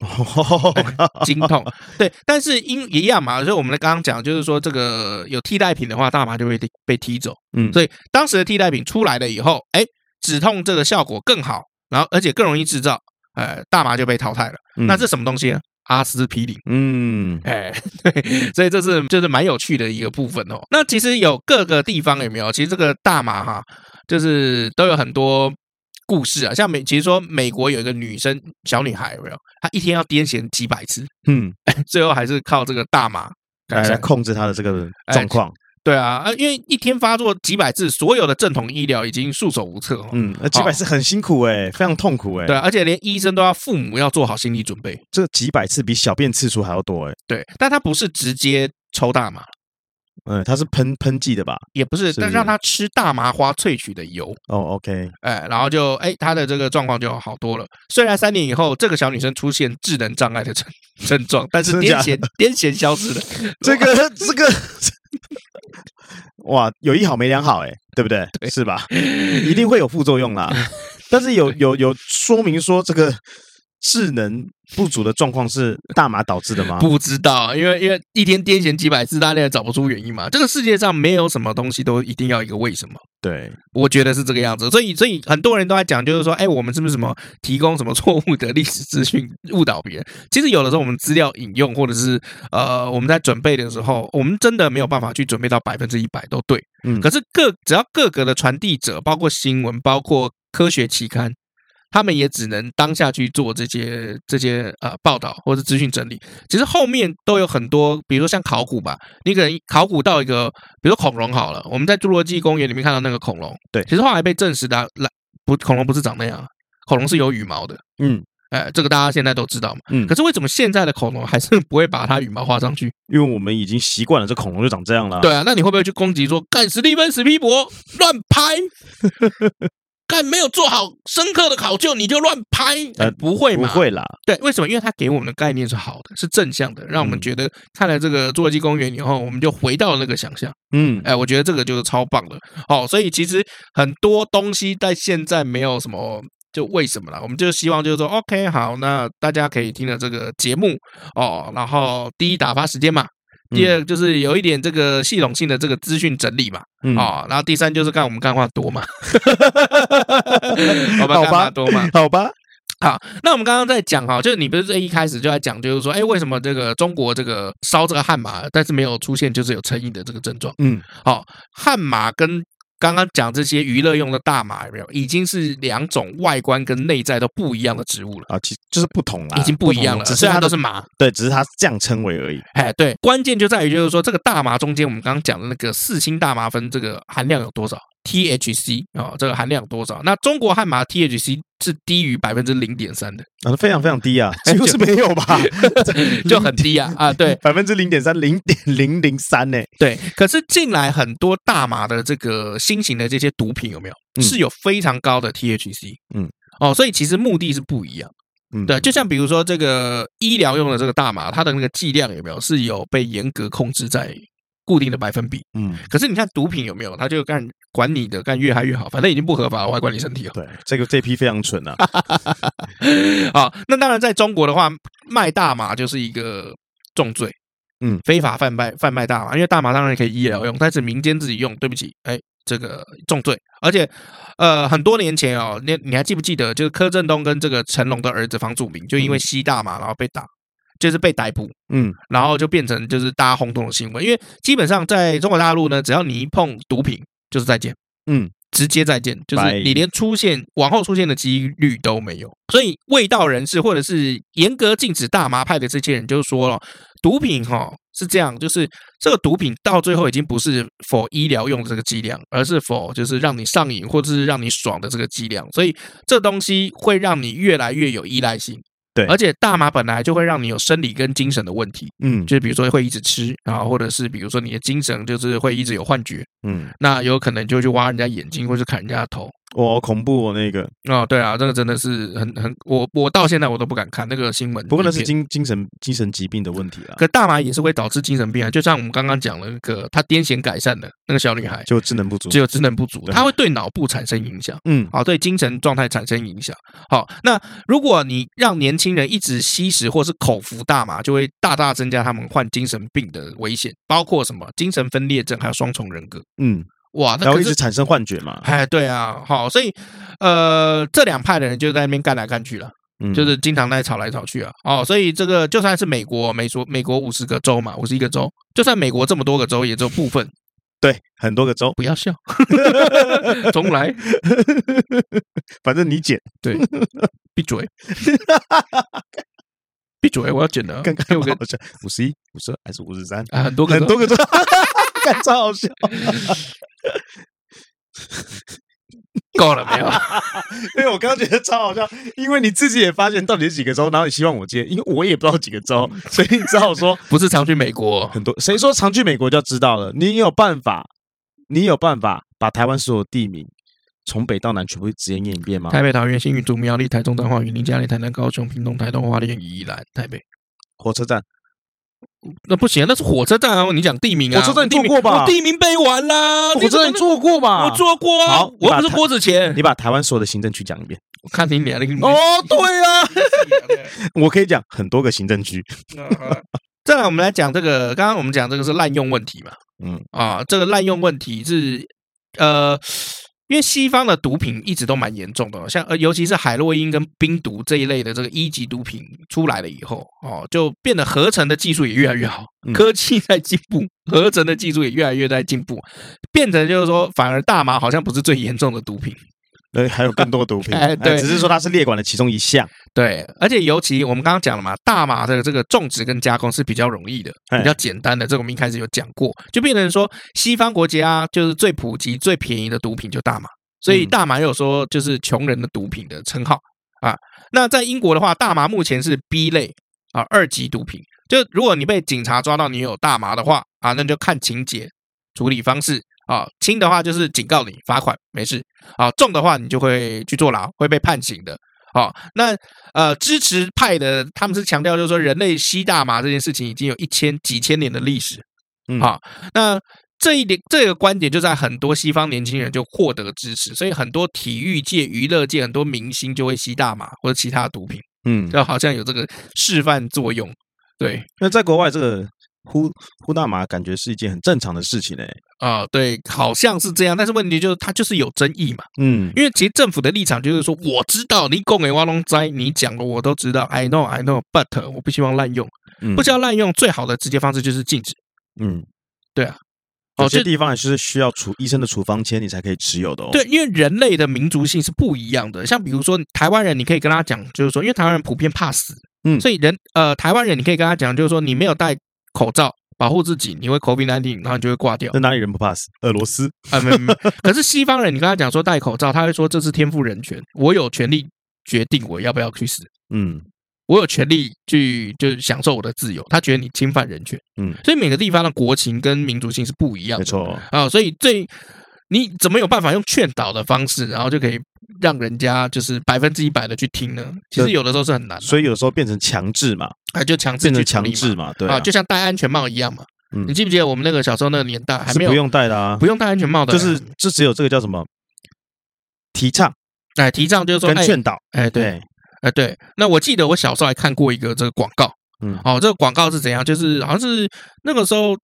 B: 哦
A: 哎经痛。对，但是因一样嘛，就是我们刚刚讲，就是说这个有替代品的话，大麻就会被被踢走。
B: 嗯
A: 所以当时的替代品出来了以后，哎，止痛这个效果更好，然后而且更容易制造，呃，大麻就被淘汰了。那这什么东西呢？阿司匹林。
B: 嗯
A: 哎，对，所以这是就是蛮有趣的一个部分哦。那其实有各个地方有没有？其实这个大麻哈，就是都有很多故事啊。像美，其实说美国有一个女生小女孩有没有？她一天要癫痫几百次， [laughs]
B: 嗯，
A: 最后还是靠这个大麻改
B: 来来
A: 善。
B: 控制他的这个
A: 哎
B: 状况。
A: 对啊，啊，因为一天发作几百次，所有的正统医疗已经束手无策哦。
B: 嗯，那几百次很辛苦哎，非常痛苦哎。
A: 对啊、而且连医生都要父母要做好心理准备。
B: 这几百次比小便次数还要多哎。
A: 对，但她不是直接抽大麻，
B: 嗯，他是喷喷剂的吧？
A: 也不是，
B: 是
A: 但让她吃大麻花萃取的油。
B: 哦，OK，
A: 哎，然后就哎，她的这个状况就好多了。虽然三年以后，这个小女生出现智能障碍的症症状，但是
B: 真的
A: 癫
B: 假
A: 痫癫痫消失了。
B: 这
A: [laughs]
B: 个这个，哇，有一好没两好哎，对不对？是吧？一定会有副作用
A: [laughs]
B: 啦。但是有有有说明说这个智能不足的状况是大麻导致的吗？
A: 不知道，因为因为一天癫痫几百次，大家也找不出原因嘛。这个世界上没有什么东西都一定要一个为什么。
B: 对，
A: 我觉得是这个样子，所以所以很多人都在讲，就是说，哎，我们是不是什么提供什么错误的历史资讯误导别人？其实有的时候我们资料引用，或者是呃我们在准备的时候，我们真的没有办法去准备到百分之一百都对。
B: 嗯
A: 可是各只要各个的传递者，包括新闻，包括科学期刊。他们也只能当下去做这些这些呃报道或者资讯整理，其实后面都有很多，比如说像考古吧，你可能考古到一个，比如说恐龙好了，我们在侏罗纪公园里面看到那个恐龙，
B: 对
A: 其实后来被证实的啊，来不，恐龙不是长那样啊，恐龙是有羽毛的，
B: 嗯
A: 哎，这个大家现在都知道嘛。
B: 嗯
A: 可，是为什么现在的恐龙还是不会把它羽毛画上去？
B: 因为我们已经习惯了这恐龙就长这样了。
A: 对啊，那你会不会去攻击说干史蒂芬史皮博乱拍， [laughs] 干没有做好深刻的考究你就乱拍？哎
B: 呃
A: 不会
B: 不
A: 嘛？
B: 会啦，
A: 对，为什么？因为它给我们的概念是好的，是正向的，让我们
B: 嗯
A: 觉得看了这个《侏罗纪公园》以后，我们就回到了那个想象。
B: 嗯，
A: 哎，我觉得这个就是超棒的。哦，所以其实很多东西在现在没有什么。就为什么啦？我们就希望就是说，OK，好，那大家可以听了这个节目哦，然后第一打发时间嘛，第二就是有一点这个系统性的这个资讯整理嘛，
B: 嗯， [laughs]
A: 哦，然后第三就是看我们干话多嘛，我们
B: 好
A: 干话
B: 吧，
A: 多嘛，
B: 好吧，
A: 好，那我们刚刚在讲哈，就是你不是最一开始就在讲，就是说，哎，为什么这个中国这个烧这个汗麻，但是没有出现就是有成瘾的这个症状？
B: 嗯，
A: 好、汗麻跟刚刚讲这些娱乐用的大麻有没有，已经是两种外观跟内在都不一样的植物了。
B: 啊，其实就是不同啦，
A: 已经不一样
B: 同
A: 了，
B: 只是
A: 虽然
B: 它
A: 都
B: 的
A: 是麻，
B: 对，只是它这样称为而已。
A: 哎，对，关键就在于就是说这个大麻中间，我们刚刚讲的那个四氢大麻酚这个含量有多少？THC 啊、这个含量有多少？那中国汉麻 THC 是低于百分之零点三的，
B: 啊，非常非
A: [laughs]
B: 常低啊，
A: 哎
B: 几乎是没有吧？
A: 就很低啊啊，对
B: 百分之零点三，零点零零三欸呢？
A: 对。可是近来很多大麻的这个新型的这些毒品有没有
B: 嗯
A: 是有非常高的 THC？
B: 嗯，
A: 哦，所以其实目的是不一样。
B: 嗯，
A: 对，就像比如说这个医疗用的这个大麻，它的那个剂量有没有是有被严格控制在固定的百分比？
B: 嗯，
A: 可是你看毒品有没有？他就干管你的，干越嗨越好，反正已经不合法了，我还管你身体了。哦
B: 对，这个这批非
A: [laughs]
B: 常蠢啊，
A: 好，那当然在中国的话，卖大麻就是一个重罪，
B: 嗯，
A: 非法贩卖贩卖大麻，因为大麻当然可以医疗用，但是民间自己用，对不起，哎，这个重罪。而且，呃，很多年前哦，你你还记不记得，就是柯震东跟这个成龙的儿子方祖明，就因为吸大麻然后被打，就是被逮捕，
B: 嗯，
A: 然后就变成就是大家轰动的新闻。因为基本上在中国大陆呢，只要你一碰毒品，就是再见，
B: 嗯，
A: 直接再见，就
B: 拜
A: 是你连出现往后出现的几率都没有。所以味道人士或者是严格禁止大麻派的这些人就说了，毒品哈、是这样，就是这个毒品到最后已经不是否医疗用的这个剂量，而是否就是让你上瘾或者是让你爽的这个剂量，所以这东西会让你越来越有依赖性。
B: 对
A: 而且大麻本来就会让你有生理跟精神的问题，
B: 嗯
A: 就是比如说会一直吃，然后或者是比如说你的精神就是会一直有幻觉，
B: 嗯，
A: 那有可能就去挖人家眼睛或是砍人家的头。
B: 我好恐怖哦，那个，
A: 哦，对啊，这个真的是很很，我我到现在我都不敢看那个新闻。
B: 不过那是，精精神精神疾病的问题啊，
A: 可大麻也是会导致精神病啊，就像我们刚刚讲了那个她癫痫改善的那个小女孩，
B: 就智能不足
A: 只，有智能不足，
B: 对
A: 她会对脑部产生影响。
B: 嗯
A: 好，对精神状态产生影响。好，那如果你让年轻人一直吸食或是口服大麻，就会大大增加他们患精神病的危险，包括什么精神分裂症，还有双重人格。
B: 嗯，
A: 哇，那
B: 然后
A: 可
B: 一
A: 是
B: 直产生幻觉嘛，
A: 哎，对啊，好，所以呃，这两派的人就在那边干来干去了，
B: 嗯，
A: 就是经常在吵来吵去啊。哦，所以这个就算是美国，美国美国五十个州嘛，五十一个州，就算美国这么多个州，也只有部分。
B: 对很多个州， [laughs]
A: 不要笑， [laughs] 重来，
B: 反正你剪，
A: 闭嘴，
B: [laughs]
A: 闭嘴，我要剪了，
B: 刚刚
A: 六个
B: 好像五十一、五十二还是五十三，
A: 啊，很多个
B: 很
A: 州
B: 多个州， [laughs] 干超好笑，
A: 够了
B: [laughs]
A: 没有？
B: 因为我刚刚觉得超好笑，因为你自己也发现到底是几个州，然后你希望我接，因为我也不知道几个州，所以你只好说
A: 不是常去美国，
B: 很多。谁说常去美国就要知道了？你有办法，你有办法把台湾所有地名从北到南全部直接念一遍吗？
A: 台北、桃园、新竹、竹苗栗、台中、彰化、云林、嘉义、台南、高雄、屏东、台东、花莲、宜兰、台北。
B: 火车站，
A: 啊那不行，那是火车站啊！你讲地名啊，
B: 火车站你
A: 地名
B: 坐过吧
A: 我地名背完啦，
B: 火车站
A: 你怎么
B: 你坐过吧？
A: 我，坐过啊
B: 好，
A: 我
B: 你
A: 又
B: 把
A: 不是
B: 它
A: 郭子乾，
B: 你把台湾所有的行政区讲一遍。
A: 我看你脸了，你
B: [laughs] 哦，对啊，
A: 对。
B: 我可以讲很多个行政区。
A: 再来，我们来讲这个，刚刚我们讲这个是滥用问题嘛，
B: 嗯
A: 啊，这个滥用问题是呃，因为西方的毒品一直都蛮严重的哦、像呃，尤其是海洛因跟冰毒这一类的这个一级毒品出来了以后，哦，就变得合成的技术也越来越好，[laughs]
B: 嗯
A: 科技在进步，合成的技术也越来越在进步，变成就是说，反而大麻好像不是最严重的毒品。
B: 对，呃还有更多毒
A: [laughs]
B: 品，
A: 哎对
B: 只是说它是列管的其中一项。
A: 对，而且尤其我们刚刚讲了嘛，大麻的这个种植跟加工是比较容易的，
B: 哎
A: 比较简单的。这个我们一开始有讲过，就变成说西方国家就是最普及、最便宜的毒品就大麻，所以
B: 嗯
A: 大麻有说就是穷人的毒品的称号啊。那在英国的话，大麻目前是 B 类啊，二级毒品。就如果你被警察抓到你有大麻的话啊，那就看情节处理方式啊，轻的话就是警告你罚款没事啊，重的话你就会去坐牢，会被判刑的。好，那呃，支持派的他们是强调，就是说人类吸大麻这件事情已经有一千几千年的历史。
B: 嗯
A: 好，那这一点这个观点就在很多西方年轻人就获得支持，所以很多体育界、娱乐界很多明星就会吸大麻或者其他毒品，
B: 嗯，
A: 就好像有这个示范作用。对
B: 那在国外这个呼呼大麻感觉是一件很正常的事情欸诶、
A: 啊、对，好像是这样，但是问题就是它就是有争议嘛。
B: 嗯
A: 因为其实政府的立场就是说，我知道你供给挖龙灾，你讲了我都知道，I know I know，but 我不希望滥用，
B: 嗯，
A: 不需要滥用，最好的直接方式就是禁止。
B: 嗯，
A: 对啊，哦
B: 有些
A: 这
B: 地方还是需要处医生的处方签，你才可以持有的哦。
A: 对，因为人类的民族性是不一样的。像比如说台湾人，你可以跟他讲，就是说，因为台湾人普遍怕死，
B: 嗯
A: 所以人呃，台湾人你可以跟他讲，就是说，你没有戴口罩保护自己，你会 COVID 1 9然后你就会挂掉
B: 那。哪里人不怕死？俄罗斯
A: 啊、没没没。可是西方人，你跟他讲说戴口罩，他会说这是天赋人权，我有权利决定我要不要去死，
B: 嗯，
A: 我有权利去就是享受我的自由。他觉得你侵犯人权，
B: 嗯，
A: 所以每个地方的国情跟民族性是不一样
B: 没
A: 的。
B: 错，
A: 啊、所以这你怎么有办法用劝导的方式，然后就可以让人家就是百分之一百的去听呢？其实
B: 对
A: 有的时候是很难的，
B: 所以有时候变成强制嘛，
A: 啊，就强制
B: 变
A: 去处
B: 成强
A: 理
B: 制
A: 嘛
B: 嘛，对
A: 啊，
B: 啊，
A: 就像戴安全帽一样嘛。
B: 嗯
A: 你记不记得我们那个小时候那个年代还
B: 是
A: 没有
B: 不用戴的啊
A: 不，用戴安全帽的，
B: 就是就只有这个叫什么提倡
A: 哎提倡就是说
B: 跟
A: 哎
B: 劝导，
A: 哎对
B: 对，
A: 哎对。那我记得我小时候还看过一个这个广告，
B: 嗯
A: 哦，这个广告是怎样？就是好像是那个时候，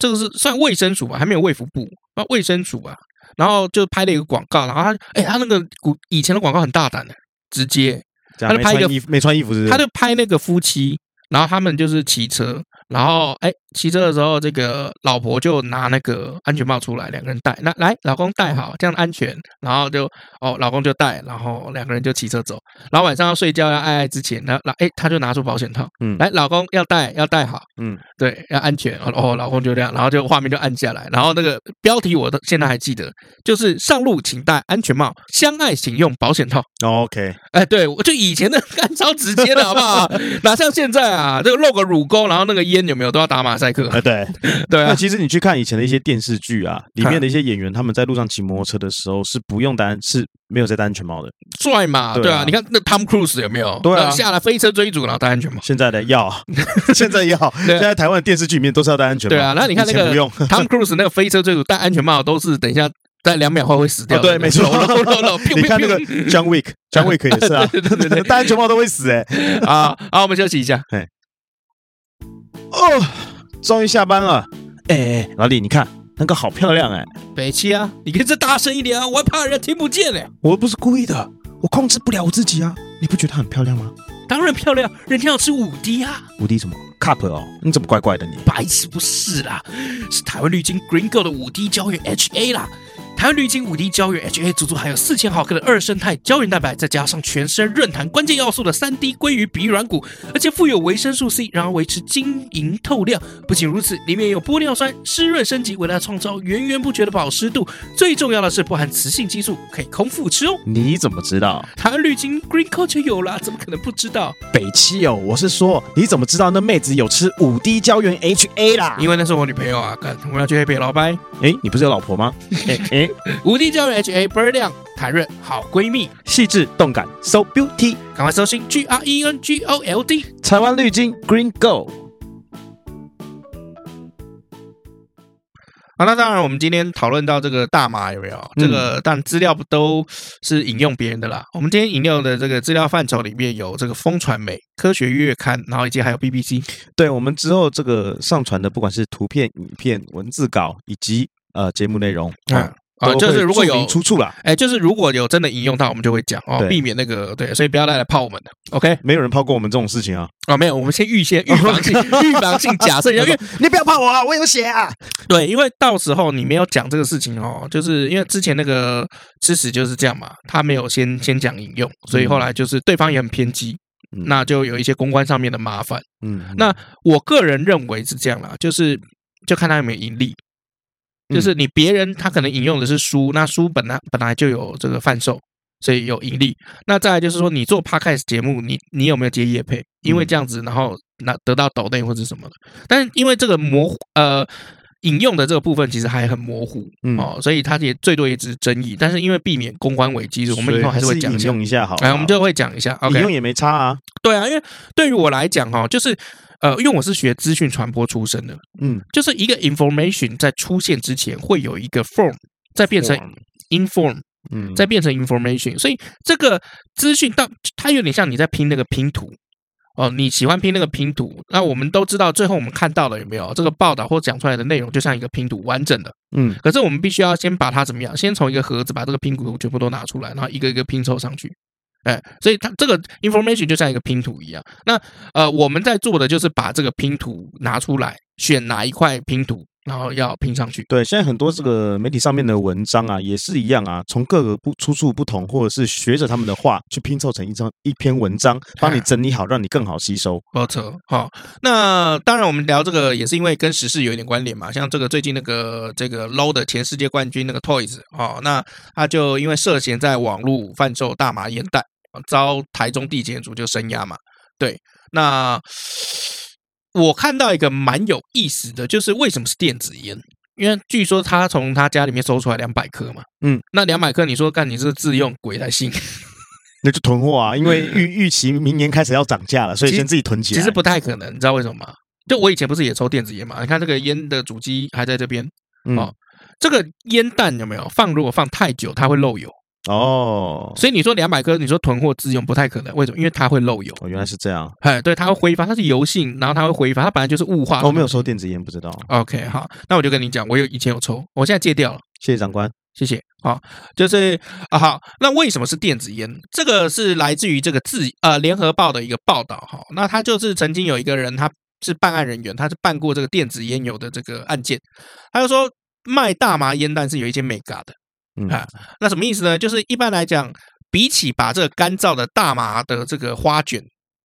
A: 这个是算卫生署吧，还没有卫福部，啊，卫生署吧。然后就拍了一个广告，然后他，哎，他那个古以前的广告很大胆的，直接，
B: 这样
A: 他就拍一个
B: 没穿衣服没穿衣服是不是
A: 他就拍那个夫妻，然后他们就是骑车，然后哎，骑车的时候，这个老婆就拿那个安全帽出来，两个人戴，那来，老公戴好，这样安全，然后就哦，老公就戴，然后两个人就骑车走，然后晚上要睡觉要爱爱之前，然后老哎，他就拿出保险套，
B: 嗯
A: 来，老公要戴要戴好。
B: 嗯
A: 对，要安全哦哦，老公就这样，然后就画面就按下来，然后那个标题我都现在还记得，就是上路请戴安全帽，相爱请用保险套。
B: 哦，OK，
A: 哎，对，我就以前的干超直接的好不好？哪像现在啊，这个露个乳沟，然后那个烟有没有都要打马赛克？
B: 啊对，
A: 对
B: 那
A: 啊，嗯
B: 其实你去看以前的一些电视剧啊，里面的一些演员，他们在路上骑摩托车的时候是不用戴安，是没有在戴安全帽的。
A: 帅嘛，
B: 对啊
A: 对啊，你看那 Tom Cruise 有没有？
B: 对啊
A: 然后下来飞车追逐，然后戴安全帽。
B: 现在的
A: [laughs]
B: 要，现在要，
A: 对啊
B: 现在台湾的电视剧里面都是要戴安全帽。
A: 对啊，那你看那
B: 以前
A: 个
B: 不用，
A: Tom Cruise 那个飞车追逐戴安全帽，都是等一下在两秒后会死掉
B: 哦
A: 的。
B: 对，没错
A: 搂搂搂，，
B: 你看那个 John Wick，John Wick 也是啊
A: 对对对
B: [laughs]
A: 对
B: 戴安全帽都会死哎。
A: 啊，好，我们休息一下。
B: 哦，终于下班了，哎哎，老李，你看那个好漂亮哎，
A: 北七啊，你可以再大声一点啊，我还怕人家听不见呢、
B: 我又不是故意的，我控制不了我自己啊，你不觉得她很漂亮吗？
A: 当然漂亮，人家要吃五滴啊，
B: 五 D 什么 cup 哦，你怎么怪怪的你？
A: 白痴不是啦，是台湾绿金 Green Gold 的五滴胶原 HA 啦。台湾绿金五滴胶原 HA 足足含有四千毫克的二生态胶原蛋白，再加上全身润弹关键要素的三 D 鲑鱼鼻软骨，而且富有维生素 C，然而维持晶莹透亮。不仅如此，里面有玻尿酸，湿润升级，为大家创造源源不绝的保湿度。最重要的是不含雌性激素，可以空腹吃哦。
B: 你怎么知道？
A: 台湾绿金 Green Gold 就有啦，怎么可能不知道？
B: 北七哦，我是说，你怎么知道那妹子有吃五 D 胶原 HA 啦？
A: 因为那是我女朋友啊，干，我们要去黑北老白。
B: 哎，你不是有老婆吗？哎哎，
A: 无敌胶原 HA 倍儿亮，弹润好闺蜜，
B: 细致动感，so beauty，
A: 赶快搜寻 G R E N G O L D。
B: 台湾绿金 Green Go。
A: 好，那当然，我们今天讨论到这个大麻有没有？这个但资料都是引用别人的啦。我们今天引用的这个资料范畴里面有这个风传媒、科学月刊，然后以及还有 BBC。
B: 对我们之后这个上传的，不管是图片、影片、文字稿以及呃节目内容，
A: 嗯
B: 啊，
A: 啊，
B: 都
A: 就是
B: 会
A: 如果
B: 注明
A: 有
B: 出处啦，
A: 哎，就是如果有真的引用到，我们就会讲哦，
B: 对
A: 避免那个对，所以不要再来泡我们的。OK
B: 没有人抛过我们这种事情啊！
A: 啊，没有，我们先预 [laughs] 先预防性预防性假 [laughs] 设一下，因为
B: 你不要怕我啊，我有写啊！
A: 对，因为到时候你没有讲这个事情哦，就是因为之前那个吃屎就是这样嘛，他没有先先讲引用，所以后来就是对方也很偏激，
B: 嗯
A: 那就有一些公关上面的麻烦。
B: 嗯，
A: 那我个人认为是这样啦，就是就看他有没有盈利。
B: 嗯
A: 就是你别人他可能引用的是书，那书本来本来就有这个贩售，所以有盈利。那再来就是说，你做 podcast 节目，你你有没有接业配？因为这样子，然后那得到抖内或者什么的。但是因为这个模糊呃引用的这个部分其实还很模糊、
B: 嗯
A: 哦，所以它也最多也只是争议。但是因为避免公关危机，我们以后还
B: 嗯还
A: 是会讲一
B: 引
A: 下。
B: 用一下好了，
A: 哎，我们就会讲一下。
B: 引
A: OK，
B: 用也没差啊。
A: 对啊，因为对于我来讲哈、哦，就是呃，因为我是学资讯传播出身的，
B: 嗯，
A: 就是一个 information 在出现之前会有一个 form，再变成 inform，
B: 嗯，
A: 再变成 information，所以这个资讯到它有点像你在拼那个拼图。哦，你喜欢拼那个拼图，那我们都知道，最后我们看到了有没有这个报道或讲出来的内容，就像一个拼图完整的。
B: 嗯
A: 可是我们必须要先把它怎么样？先从一个盒子把这个拼图全部都拿出来，然后一个一个拼凑上去。哎，所以它这个 information 就像一个拼图一样。那呃，我们在做的就是把这个拼图拿出来，选哪一块拼图，然后要拼上去。
B: 对，现在很多这个媒体上面的文章啊，也是一样啊，从各个不出处不同，或者是学者他们的话去拼凑成一张一篇文章，帮
A: 哎
B: 你整理好，让你更好吸收。
A: 没错，好、那当然我们聊这个也是因为跟时事有一点关联嘛，像这个最近那个这个 low 的前世界冠军那个 Toys 哦，那他就因为涉嫌在网络贩售大麻烟弹，呃遭台中地检署就声押嘛。对，那我看到一个蛮有意思的，就是为什么是电子烟？因为据说他从他家里面搜出来两百克嘛，
B: 嗯，
A: 那两百克你说干你是自用鬼才信？
B: 那就囤货啊，因为预预期明年开始要涨价了，所
A: 嗯
B: 以
A: 其实
B: 先自己囤起来。
A: 其实不太可能，你知道为什么吗？就我以前不是也抽电子烟嘛？你看这个烟的主机还在这边，
B: 嗯
A: 哦这个烟弹有没有放？如果放太久，它会漏油。
B: 哦
A: 所以你说两百颗，你说囤货自用不太可能，为什么？因为它会漏油。
B: 哦，原来是这样。
A: 哎，对，它会挥发，它是油性，然后它会挥发，它本来就是雾化。
B: 哦，没有。抽电子烟，不知道。
A: OK，好，那我就跟你讲，我有以前有抽，我现在戒掉了。
B: 谢谢长官。
A: 谢谢。好，就是啊，好，那为什么是电子烟？这个是来自于这个自呃联合报的一个报道哈。那他就是曾经有一个人，他是办案人员，他是办过这个电子烟油的这个案件，他就说卖大麻烟弹是有一些美嘎的。
B: 嗯，
A: 啊那什么意思呢？就是一般来讲，比起把这个干燥的大麻的这个花卷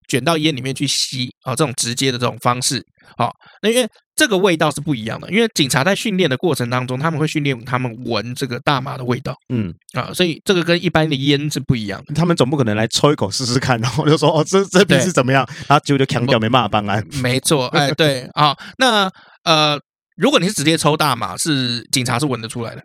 A: 卷到烟里面去吸啊、这种直接的这种方式，好、那因为这个味道是不一样的，因为警察在训练的过程当中，他们会训练他们闻这个大麻的味道
B: 嗯，
A: 啊，所以这个跟一般的烟是不一样的。
B: 他们总不可能来抽一口试试看，然后就说哦，这这瓶
A: 对
B: 是怎么样？然后结果就强调没办法办案。
A: 没错，哎，
B: [laughs]
A: 对啊、那呃，如果你是直接抽大麻，是警察是闻得出来的，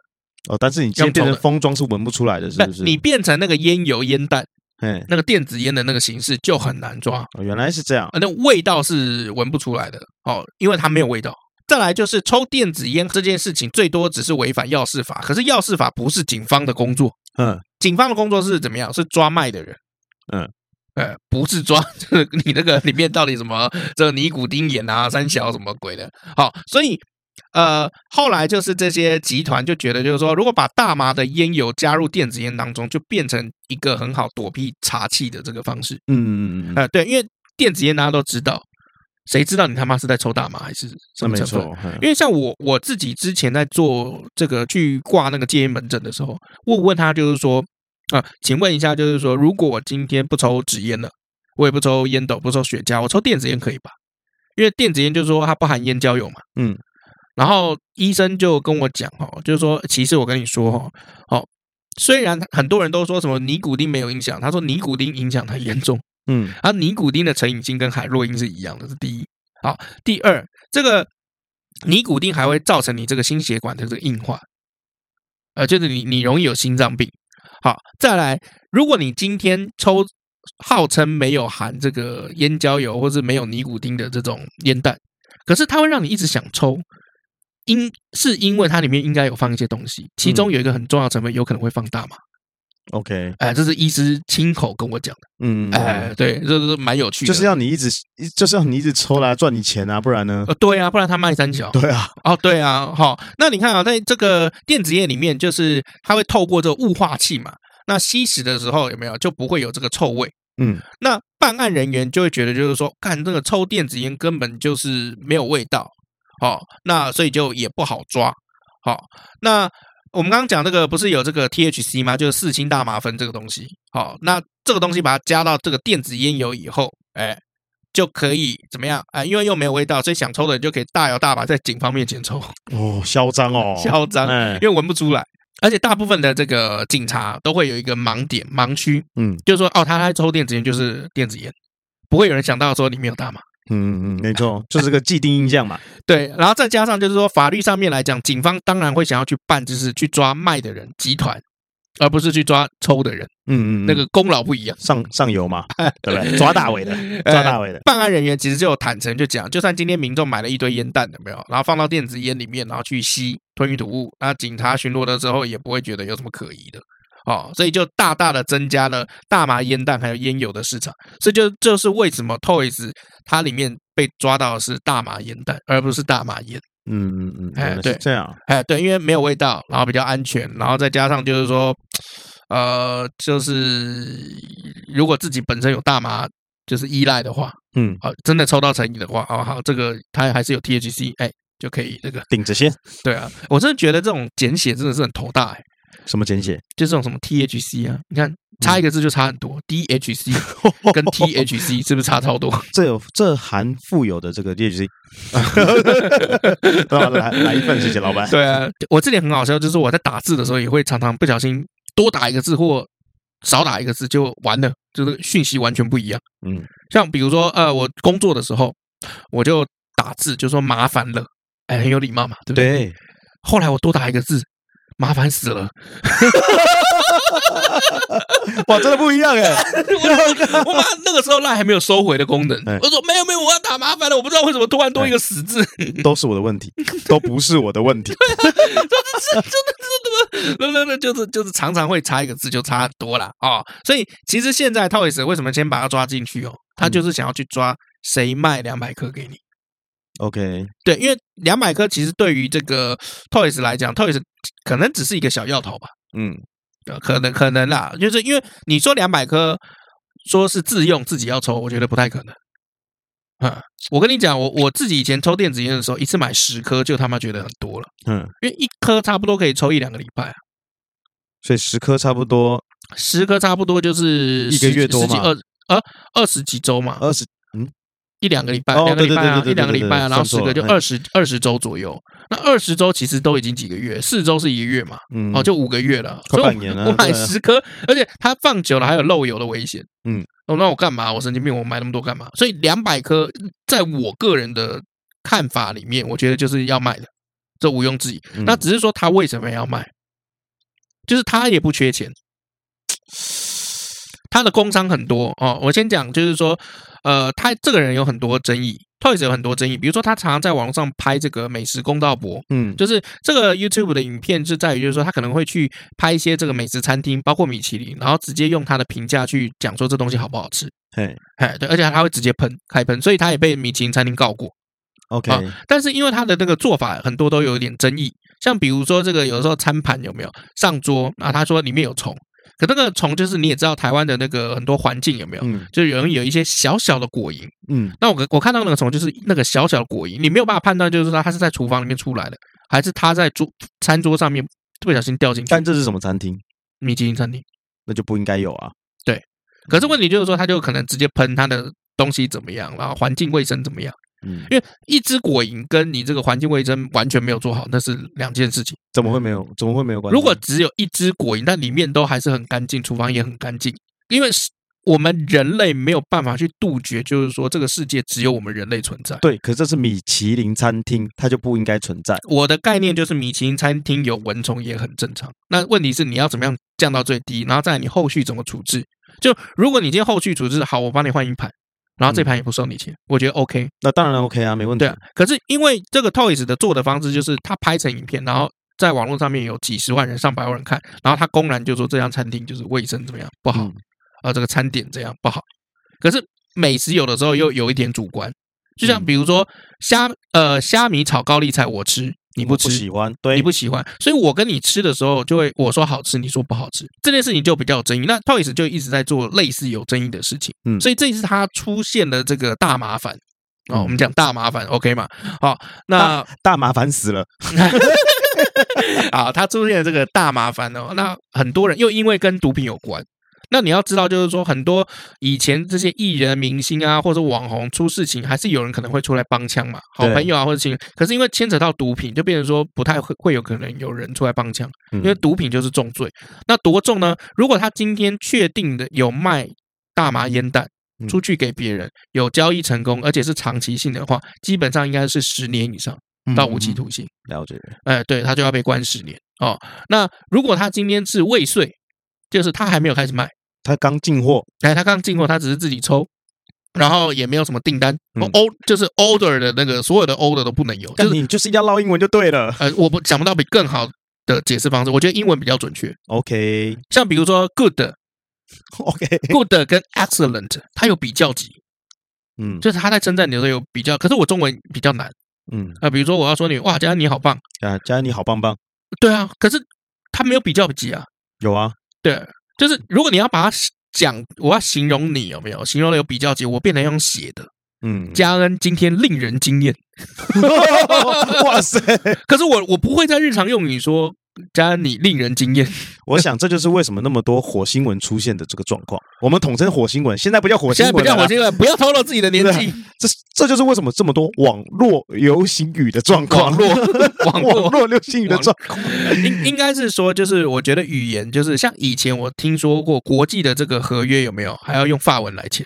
B: 哦，但是你今天变成封装是闻不出来的，是
A: 但
B: 不是？
A: 你变成那个烟油烟弹、
B: 哎，
A: 那个电子烟的那个形式就很难抓。
B: 哦原来是这样。
A: 呃，那味道是闻不出来的哦，因为它没有味道。再来就是抽电子烟这件事情，最多只是违反药事法，可是药事法不是警方的工作，
B: 嗯，
A: 警方的工作是怎么样？是抓卖的人。
B: 嗯。
A: 呃，不是抓， [laughs] 就是你那个里面到底什么这个尼古丁盐啊、三小什么鬼的，好，所以呃，后来就是这些集团就觉得，就是说，如果把大麻的烟油加入电子烟当中，就变成一个很好躲避查气的这个方式。
B: 嗯嗯嗯嗯，
A: 呃，对，因为电子烟大家都知道，谁知道你他妈是在抽大麻还是什
B: 那
A: 么
B: 没
A: 成分？
B: 错。嗯
A: 因为像我我自己之前在做这个去挂那个戒烟门诊的时候，我问他就是说啊、请问一下，就是说，如果我今天不抽纸烟了，我也不抽烟斗，不抽雪茄，我抽电子烟可以吧？因为电子烟就是说它不含烟焦油嘛。
B: 嗯。
A: 然后医生就跟我讲哦，就是说，其实我跟你说哦，哦，虽然很多人都说什么尼古丁没有影响，他说尼古丁影响太严重。
B: 嗯，
A: 而啊尼古丁的成瘾性跟海洛因是一样的，这是第一。好，第二，这个尼古丁还会造成你这个心血管的这个硬化，呃，就是你你容易有心脏病。好，再来，如果你今天抽号称没有含这个烟焦油或是没有尼古丁的这种烟弹，可是它会让你一直想抽。因是因为它里面应该有放一些东西，其中有一个很重要的成分有可能会放大麻，
B: OK，
A: 哎、这是医师亲口跟我讲
B: 嗯，嗯嗯
A: 的，哎、对，这这是蛮有趣的，
B: 就是要你一直，就是要你一直抽啦，赚你钱啊，不然呢？
A: 呃，对啊，不然他卖三角。
B: 对啊，
A: 哦，对啊，好、那你看啊，在这个电子业里面，就是它会透过这个雾化器嘛，那吸食的时候有没有就不会有这个臭味？
B: 嗯，
A: 那办案人员就会觉得就是说，看这个抽电子烟根本就是没有味道，哦，那所以就也不好抓。好、那我们刚刚讲这个不是有这个 THC 吗？就是四氢大麻酚这个东西。好、那这个东西把它加到这个电子烟油以后，哎。就可以怎么样啊、因为又没有味道，所以想抽的你就可以大摇大摆在警方面前抽，
B: 哦，嚣张哦，
A: 嚣张，
B: 哎
A: 因，为闻不出来。而且大部分的这个警察都会有一个盲点、盲区，
B: 嗯
A: 就是说哦，他在抽电子烟就是电子烟，不会有人想到说里面有大麻。
B: 嗯嗯，没
A: [laughs]
B: 错，就是个既定印象嘛。
A: 对，然后再加上就是说法律上面来讲，警方当然会想要去办，就是去抓卖的人集团，而不是去抓抽的人，
B: 嗯嗯，嗯
A: 那个功劳不一样。
B: 上上
A: [laughs]
B: 游嘛，对不对？抓大尾的，
A: 哎
B: 抓大尾的，
A: 办案人员其实就有坦诚就讲，就算今天民众买了一堆烟弹，有没有？然后放到电子烟里面，然后去吸吞云吐雾，那警察巡逻的时候也不会觉得有什么可疑的。哦，所以就大大的增加了大麻烟弹还有烟油的市场，所以就就是为什么 Toys 它里面被抓到的是大麻烟弹，而不是大麻烟。
B: 嗯嗯嗯，
A: 哎
B: 原来
A: 对
B: 是这样，
A: 哎，对，因为没有味道，然后比较安全，然后再加上就是说，呃，就是如果自己本身有大麻就是依赖的话，
B: 嗯
A: 啊，真的抽到成瘾的话，啊，好，这个它还是有 THC，哎，就可以那个。
B: 顶着先，
A: 对啊，我真的觉得这种简写真的是很头大、欸，
B: 什么简写？
A: 就这种什么 THC 啊，你看差一个字就差很多，DHC [laughs] [laughs] 跟 THC 是不是差超多？
B: [laughs] 这有这含富有的这
A: [laughs]
B: 个 DHC，好 [laughs] 来来一份，谢谢老板。
A: 对啊，我这点很好笑，就是我在打字的时候也会常常不小心多打一个字或少打一个字就完了，就是讯息完全不一样。
B: 嗯，
A: 像比如说呃，我工作的时候我就打字就说麻烦了，哎，很有礼貌嘛，对不对？
B: 对，
A: 后来我多打一个字，麻烦死了，
B: 哇，真的不一样哎，
A: [laughs] 我我妈那个时候那还没有收回的功能
B: 哎，
A: 我说没有没有，我要打麻烦了，我不知道为什么突然多一个死字，
B: 都是我的问题，都不是我的问
A: [laughs]
B: 题。
A: 真的真的怎么，那那那就是就是常常会差一个字就差很多啦啊、哦，所以其实现在 Toys 为什么先把它抓进去哦，他就是想要去抓谁卖两百颗给你。
B: OK，
A: 对，因为两百颗其实对于这个 Toys 来讲，Toys 可能只是一个小药头吧，
B: 嗯，
A: 呃可能可能啦，就是因为你说两百颗，说是自用自己要抽，我觉得不太可能。啊，我跟你讲，我我自己以前抽电子烟的时候，一次买十颗就他妈觉得很多了，
B: 嗯，
A: 因为一颗差不多可以抽一两个礼拜啊，
B: 所以十颗差不多
A: 十颗差不多就是
B: 一个
A: 十几
B: 月多
A: 十几
B: 嘛
A: 二呃二十几周嘛，
B: 二十，
A: 一两个礼拜，
B: 哦
A: 两个礼拜啊，
B: 对对对对对
A: 一两个礼拜啊，
B: 对对对哎
A: 然后十个就
B: 算错
A: 二
B: 了
A: 十二十周左右，那二十周其实都已经几个月，四周是一个月嘛，
B: 嗯，
A: 哦，就五个月了，所
B: 快
A: 以我
B: 半年了
A: [laughs] 我买
B: 对啊
A: 十颗，而且它放久了还有漏油的危险。
B: 嗯
A: 哦，那我干嘛？我神经病，我买那么多干嘛？所以两百颗，在我个人的看法里面，我觉得就是要卖的，这毋庸置疑。
B: 嗯
A: 那只是说他为什么要卖，就是他也不缺钱，他的工伤很多哦。我先讲，就是说，呃，他这个人有很多争议，Toys 有很多争议，比如说他常常在网络上拍这个美食公道博，
B: 嗯，
A: 就是这个 YouTube 的影片是在于，就是说他可能会去拍一些这个美食餐厅，包括米其林，然后直接用他的评价去讲说这东西好不好吃。
B: 嘿
A: 哎，对，而且他会直接喷开喷，所以他也被米其林餐厅告过。
B: ，OK，
A: 啊但是因为他的那个做法很多都有一点争议，像比如说这个有时候餐盘有没有上桌啊？他说里面有虫，可那个虫就是你也知道台湾的那个很多环境有没有，
B: 嗯
A: 就是有人有一些小小的果蝇，
B: 嗯
A: 那我我看到那个虫就是那个小小的果蝇，你没有办法判断，就是说它是在厨房里面出来的，还是它在桌餐桌上面不小心掉进去
B: 但这是什么餐厅？
A: 米其林餐厅。
B: 那就不应该有啊。
A: 可是问题就是说，它就可能直接喷它的东西怎么样，然后环境卫生怎么样？
B: 嗯，
A: 因为一只果蝇跟你这个环境卫生完全没有做好，那是两件事情。
B: 怎么会没有？怎么会没有关系？
A: 如果只有一只果蝇，但里面都还是很干净，厨房也很干净，因为是我们人类没有办法去杜绝，就是说这个世界只有我们人类存在。
B: 对，可这是米其林餐厅，它就不应该存在。
A: 我的概念就是，米其林餐厅有蚊虫也很正常。那问题是你要怎么样降到最低，然后再来你后续怎么处置？就如果你今天后续处置好，我帮你换一盘，然后
B: 嗯
A: 这盘也不收你钱，我觉得 OK。
B: 那当然 OK 啊，没问题。
A: 对啊，可是因为这个 Toys 的做的方式就是他拍成影片，然后在网络上面有几十万人、上百万人看，然后他公然就说这家餐厅就是卫生怎么样不好，
B: 嗯
A: 啊，这个餐点这样不好。可是美食有的时候又有一点主观，就像
B: 嗯
A: 比如说虾呃虾米炒高丽菜，我吃你
B: 我
A: 不吃，
B: 喜欢，对，
A: 你不喜欢，所以我跟你吃的时候就会我说好吃，你说不好吃，这件事情就比较有争议。那 Toys 就一直在做类似有争议的事情，
B: 嗯
A: 所以这一次他出现了这个大麻烦。哦，
B: 嗯
A: 我们讲大麻烦，OK 嘛？好，那
B: 大麻烦死了。
A: 啊，他出现了这个大麻烦哦，那很多人又因为跟毒品有关。那你要知道，就是说很多以前这些艺人、明星啊，或者网红出事情，还是有人可能会出来帮腔嘛，好
B: 对
A: 朋友啊或者亲人。可是因为牵扯到毒品，就变成说不太会会有可能有人出来帮腔，
B: 嗯
A: 因为毒品就是重罪。那多重呢？如果他今天确定的有卖大麻烟弹
B: 嗯
A: 出去给别人，有交易成功，而且是长期性的话，基本上应该是十年以上到无期
B: 嗯
A: 徒刑。
B: 了解，
A: 哎，对他就要被关十年哦。那如果他今天是未遂，就是他还没有开始卖，
B: 他刚进货，
A: 哎，他刚进货，他只是自己抽，然后也没有什么订单
B: 嗯
A: ，O 就是 order 的那个所有的 order 都不能有，
B: 但
A: 就是
B: 你就是要唠英文就对了。
A: 呃，我不想不到比更好的解释方式，我觉得英文比较准确，
B: OK
A: [laughs] 像比如说 good
B: OK，
A: good 跟 excellent，它有比较级，
B: 嗯
A: 就是他在称赞你的时候有比较，可是我中文比较难
B: 嗯
A: 啊、呃比如说我要说你哇，佳安你好棒，
B: 啊，佳恩你好棒棒，
A: 对啊，可是他没有比较级啊，
B: 有啊，
A: 对，就是如果你要把它讲，我要形容你有没有形容的有比较级，我变成用写的， [laughs]
B: 嗯，
A: 嘉恩今天令人惊艳。
B: 哇塞！
A: 可是我我不会在日常用语说嘉恩你令人惊艳，
B: 我想这就是为什么那么多火星文出现的这个状况。我们统称火星文，现在不叫火
A: 现
B: 星
A: 在不
B: 文
A: 叫
B: 了
A: 火
B: 啦。
A: 星了，不要透露自己的年 [laughs] 纪。
B: 这这就是为什么这么多网络流行语的状况，
A: 啊网络网络
B: 网络流行语的状况。
A: 应应该是说，就是我觉得语言就是像以前我听说过国际的这个合约有没有还要用法文来签，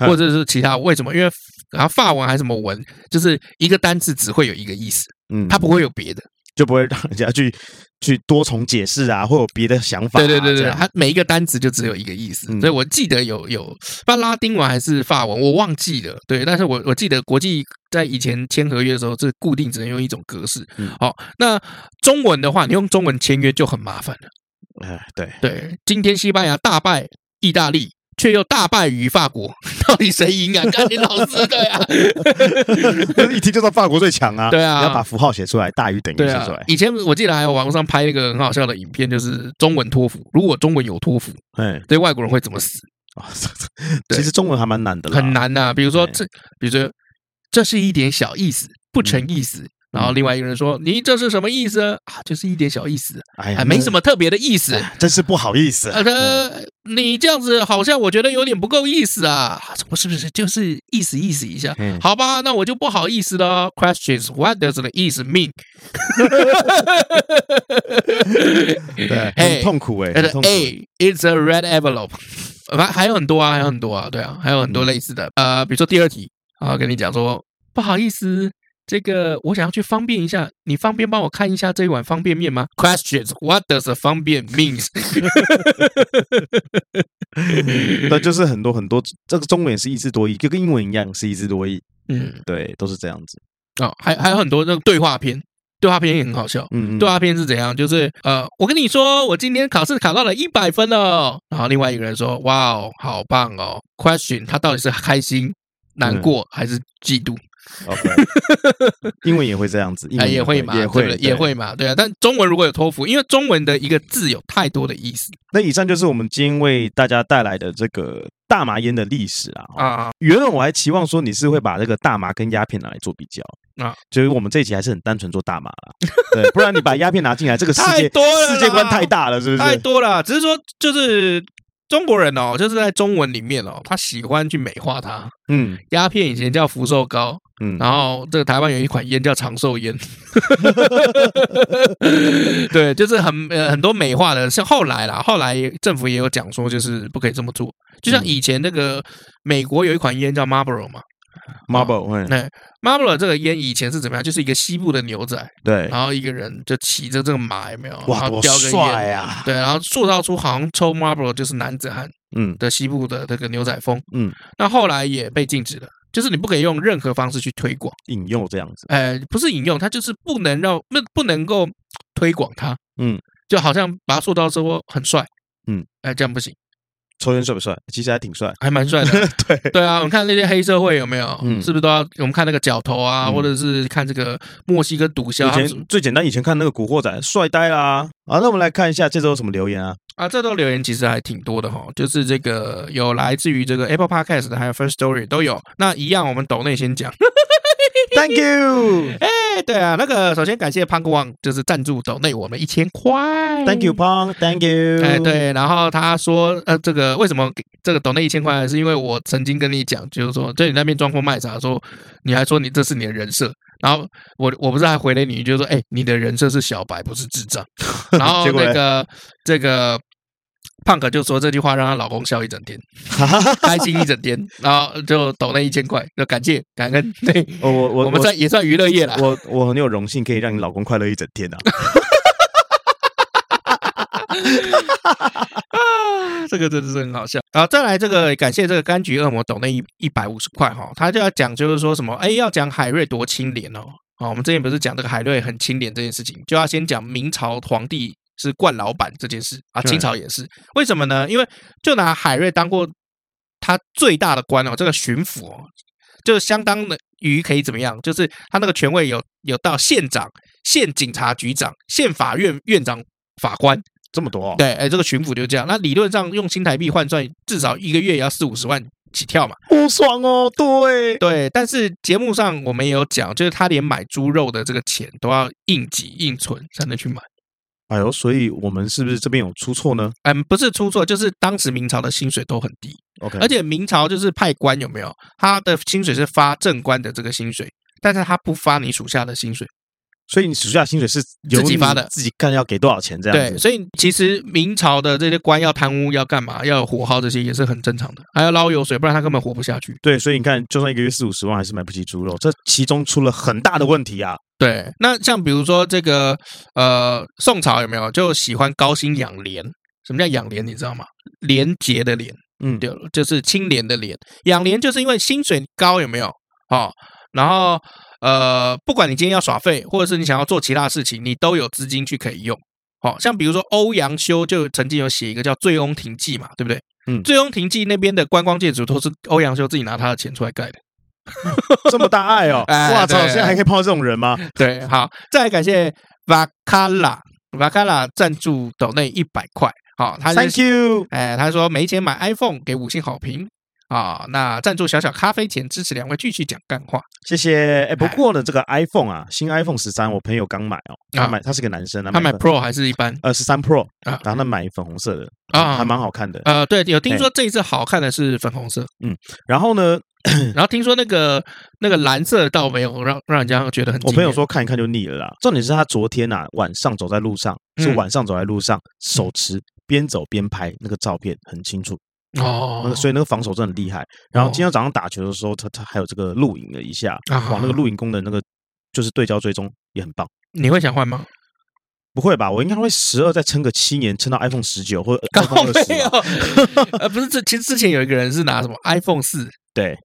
B: 嗯
A: 或者是其他为什么？因为然后法文还是什么文，就是一个单字只会有一个意思，
B: 嗯，
A: 它
B: 他
A: 不会有别的。
B: 就不会让人家去去多重解释啊，或有别的想法啊、
A: 对对对
B: 这
A: 对，
B: 样
A: 它每一个单词就只有一个意思，
B: 嗯
A: 所以我记得有有，不知道拉丁文还是法文，我忘记了。对，但是我我记得国际在以前签合约的时候，是固定只能用一种格式
B: 嗯。
A: 好，那中文的话，你用中文签约就很麻烦了。
B: 哎，对，
A: 对，今天西班牙大败意大利。却又大败于法国， [laughs] 到底谁赢啊？ [laughs] 看你老师对啊，
B: [laughs] 一听就知道法国最强
A: [laughs]
B: 啊。
A: 对啊
B: 你要把符号写出来，大于等于
A: 对
B: 写
A: 啊
B: 出来。。
A: 以前我记得还有网络上拍一个很好笑的影片，就是中文托福。如果中文有托福，
B: 哎、
A: 对外国人会怎么死？
B: 啊，这这其实中文还蛮难的啦，
A: 很难啊呐、比如说
B: 啊对
A: 这，比如说这是一点小意思，不成意
B: 嗯
A: 思。然后另外一个人说：“你这是什么意思啊？啊就是一点小意思，
B: 哎呀
A: 啊，，没什
B: 么，
A: 么特别的意思。
B: 真是不好意思。
A: 呃，他你这样子好像我觉得有点不够意思啊，我是不是就是意思意思一下
B: 嗯？
A: 好吧，那我就不好意思了。Questions, what does the 意思 mean？
B: 对，
A: 哎
B: 很痛苦哎、
A: 呃
B: 很痛苦。
A: A it's a red envelope，反还有很多啊，还有很多啊，对啊，还有很多类似的。
B: 嗯
A: 呃，比如说第二题啊，跟你讲说，不好意思，这个我想要去方便一下，你方便帮我看一下这一碗方便面吗？Questions What does a 方便 means？
B: 那就是很多很多，这个中文也是一字多义，就跟英文一样是一字多义，
A: 嗯，
B: 对，都是这样子。
A: [laughs] 哦，还还有很多那种对话篇，对话篇也很好笑。
B: 嗯，嗯
A: 对，话啊篇是怎样？就是呃，我跟你说，我今天考试考到了一百分哦。然后另外一个人说：“哇哦，好棒哦。”Question，他到底是开
B: 嗯
A: 心、难过还是嫉妒？
B: OK，
A: [laughs]
B: 英文也会这样子，英
A: 哎，
B: 文
A: 也会嘛，
B: 也
A: 对不
B: 会
A: 对也。
B: 对
A: 会嘛，对啊。但中文如果有托福，因为中文的一个字有太多的意思
B: 那以上就是我们今天为大家带来的这个大麻烟的历史啦。哦
A: 啊，
B: 原本我还期望说你是会把这个大麻跟鸦片拿来做比较
A: 啊，
B: 就是我们这一集还是很单纯做大麻啦，对，不然你把鸦片拿进来，这个
A: [laughs]
B: 世
A: 太
B: 界
A: 多了啦，
B: 世界观太大了，是不
A: 太
B: 是？
A: 多了。只是说，就是中国人哦，就是在中文里面哦，他喜欢去美化它。
B: 嗯
A: 鸦片以前叫福寿膏，
B: 嗯，
A: 然后这个台湾有一款烟叫长寿
B: [laughs]
A: 烟，对，就是很呃很多美化的，像后来啦，后来政府也有讲说，就是不可以这么做。就像
B: 嗯
A: 以前那个美国有一款烟叫 Marlboro 嘛
B: Marble，嗯
A: 那 Marlboro 这个烟以前是怎么样？就是一个西部的牛仔，
B: 对，
A: 然后一个人就骑着这个马，有没有？然
B: 哎哇，
A: 后
B: 多
A: 叼个
B: 帅
A: 烟，
B: 啊！
A: 对，然后塑造出好像抽 Marlboro 就是男子汉
B: 嗯
A: 的西部的那个牛仔风。
B: 嗯，
A: 那后来也被禁止了，就是你不可以用任何方式去推广。
B: 引诱这样子，
A: 呃，不是引用，它就是不能让不不能够推广它，
B: 嗯，
A: 就好像把它塑造说很帅，
B: 嗯，
A: 哎、这样不行，
B: 抽烟帅不帅？其实还挺帅，。
A: 还蛮帅的
B: [laughs] 对
A: 对啊，我们看那些黑社会有没有，
B: 嗯
A: 是不是都要我们看那个角头啊，
B: 嗯
A: 或者是看这个墨西哥毒枭
B: 以
A: 啊他们是
B: 前最简单，以前看那个《古惑仔》，帅呆啦！啊，那我们来看一下这周有什么留言啊？
A: 啊，这周留言其实还挺多的哈，就是这个有来自于这个 Apple Podcast 的还有 First Story 都有。那一样，我们抖内先讲。 [laughs]
B: Thank you，Thank
A: 哎，对啊，那个首先感谢潘国旺，就是赞助抖内我们一千块
B: you，Pong。Thank you。
A: 哎，，对，然后他说，呃，这个为什么给这个抖那一千块，是因为我曾经跟你讲，就是说，在你那边装疯卖傻的时候，你还说你这是你的人设，然后我我不是还回了你，就是说，哎，你的人设是小白，不是智
B: [laughs]
A: 障。然后
B: 结果嘞
A: 那个这个胖哥就说这句话让她老公笑一整
B: [laughs]
A: 天，开心一整天，然后就抖那一千块，就感谢感
B: [laughs]
A: 恩，对
B: 哦我我我
A: 我们在也算娱乐业啦。
B: 我我很有荣幸可以让你老公快乐一整天
A: [laughs]
B: 啊！
A: 啊，这个真的是很好笑。然后再来这个，感谢这个柑橘恶魔抖那一一百五十块哈、他就要讲就是说什么，哎，要讲海瑞多清廉哦。哦，我们之前不是讲这个海瑞很清廉这件事情，就要先讲明朝皇帝是惯老板这件事啊，
B: 对
A: 清朝也是。为什么呢？因为就拿海瑞当过他最大的官哦，这个巡抚哦，就相当的于可以怎么样？就是他那个权位有有到县长、县警察局长、县法院院长、法官。
B: 这么多、哦，
A: 对，哎，这个巡抚就这样。那理论上用新台币换算，至少一个月也要四五十万起跳嘛。
B: 好爽哦，对，
A: 对，但是节目上我们也有讲，就是他连买猪肉的这个钱都要应急应存才能去买。
B: 哎呦，所以我们是不是这边有出错呢
A: 嗯，不是出错，就是当时明朝的薪水都很低，
B: ？OK，
A: 而且明朝就是派官有没有，他的薪水是发正官的这个薪水，但是他不发你属下的薪水。
B: 所以你暑假薪水是由
A: 自己
B: 你
A: 发的
B: 自己看要给多少钱这样
A: 对，
B: 子。
A: 所以其实明朝的这些官要贪污要干嘛，要有火耗这些也是很正常的，还要捞油水，不然他根本活不下去。
B: 对，所以你看，就算一个月四五十万，还是买不起猪肉，这其中出了很大的问题啊！
A: 对，那像比如说这个呃，宋朝有没有就喜欢高薪养廉？什么叫养廉？你知道吗？廉洁的廉，
B: 嗯，
A: 对，就是清廉的廉。养廉就是因为薪水高，有没有？哦，然后呃，不管你今天要耍废，或者是你想要做其他事情，你都有资金去可以用。好、像比如说欧阳修就曾经有写一个叫《醉翁亭记》嘛，对不对？
B: 嗯
A: 醉翁亭记》那边的观光建筑都是欧阳修自己拿他的钱出来盖的。
B: 这么大爱哦！
A: [laughs] 哎
B: 哇操，
A: 对
B: 现在还可以碰到这种人吗？
A: 对，好，再来感谢 Vakala Vakala 赞助抖内一百块，好，他是
B: Thank you，
A: 哎，他说没钱买 iPhone 给五星好评啊、那赞助小小咖啡钱支持两位继续讲干话
B: 谢谢。哎，不过呢，这个 iPhone 啊，新 iPhone 十三，我朋友刚买哦，他买，他是个男生啊，
A: 嗯他买
B: 个
A: Pro 还是一般
B: 呃十三 Pro，
A: 啊
B: 然后他买粉红色的，
A: 啊
B: 还？蛮好看的。
A: 呃，对，有听
B: 哎
A: 说这一次好看的是粉红色，
B: 然后呢，
A: 然后听说那个那个蓝色倒没有让让人家觉得很。
B: 我朋友，说看一看就腻了啦。重点是他昨天啊晚上走在路上，是
A: 嗯
B: 晚上走在路上，手持边走边拍那个照片，很清楚。那
A: 哦
B: 个，所以那个防守真的很厉害。然后
A: 哦
B: 今天早上打球的时候，他他还有这个录影了一下，
A: 啊
B: 哇，那个录影功能那个就是对焦追踪也很棒。
A: 你会想换吗？
B: 不会吧？我应该会十二再撑个七年，撑到 iPhone 十九或者
A: [laughs] 搞
B: iPhone 二
A: 没有
B: 十。，啊
A: 呃，不是，这其实之前有一个人是拿什么 iPhone 四，
B: [laughs] 对，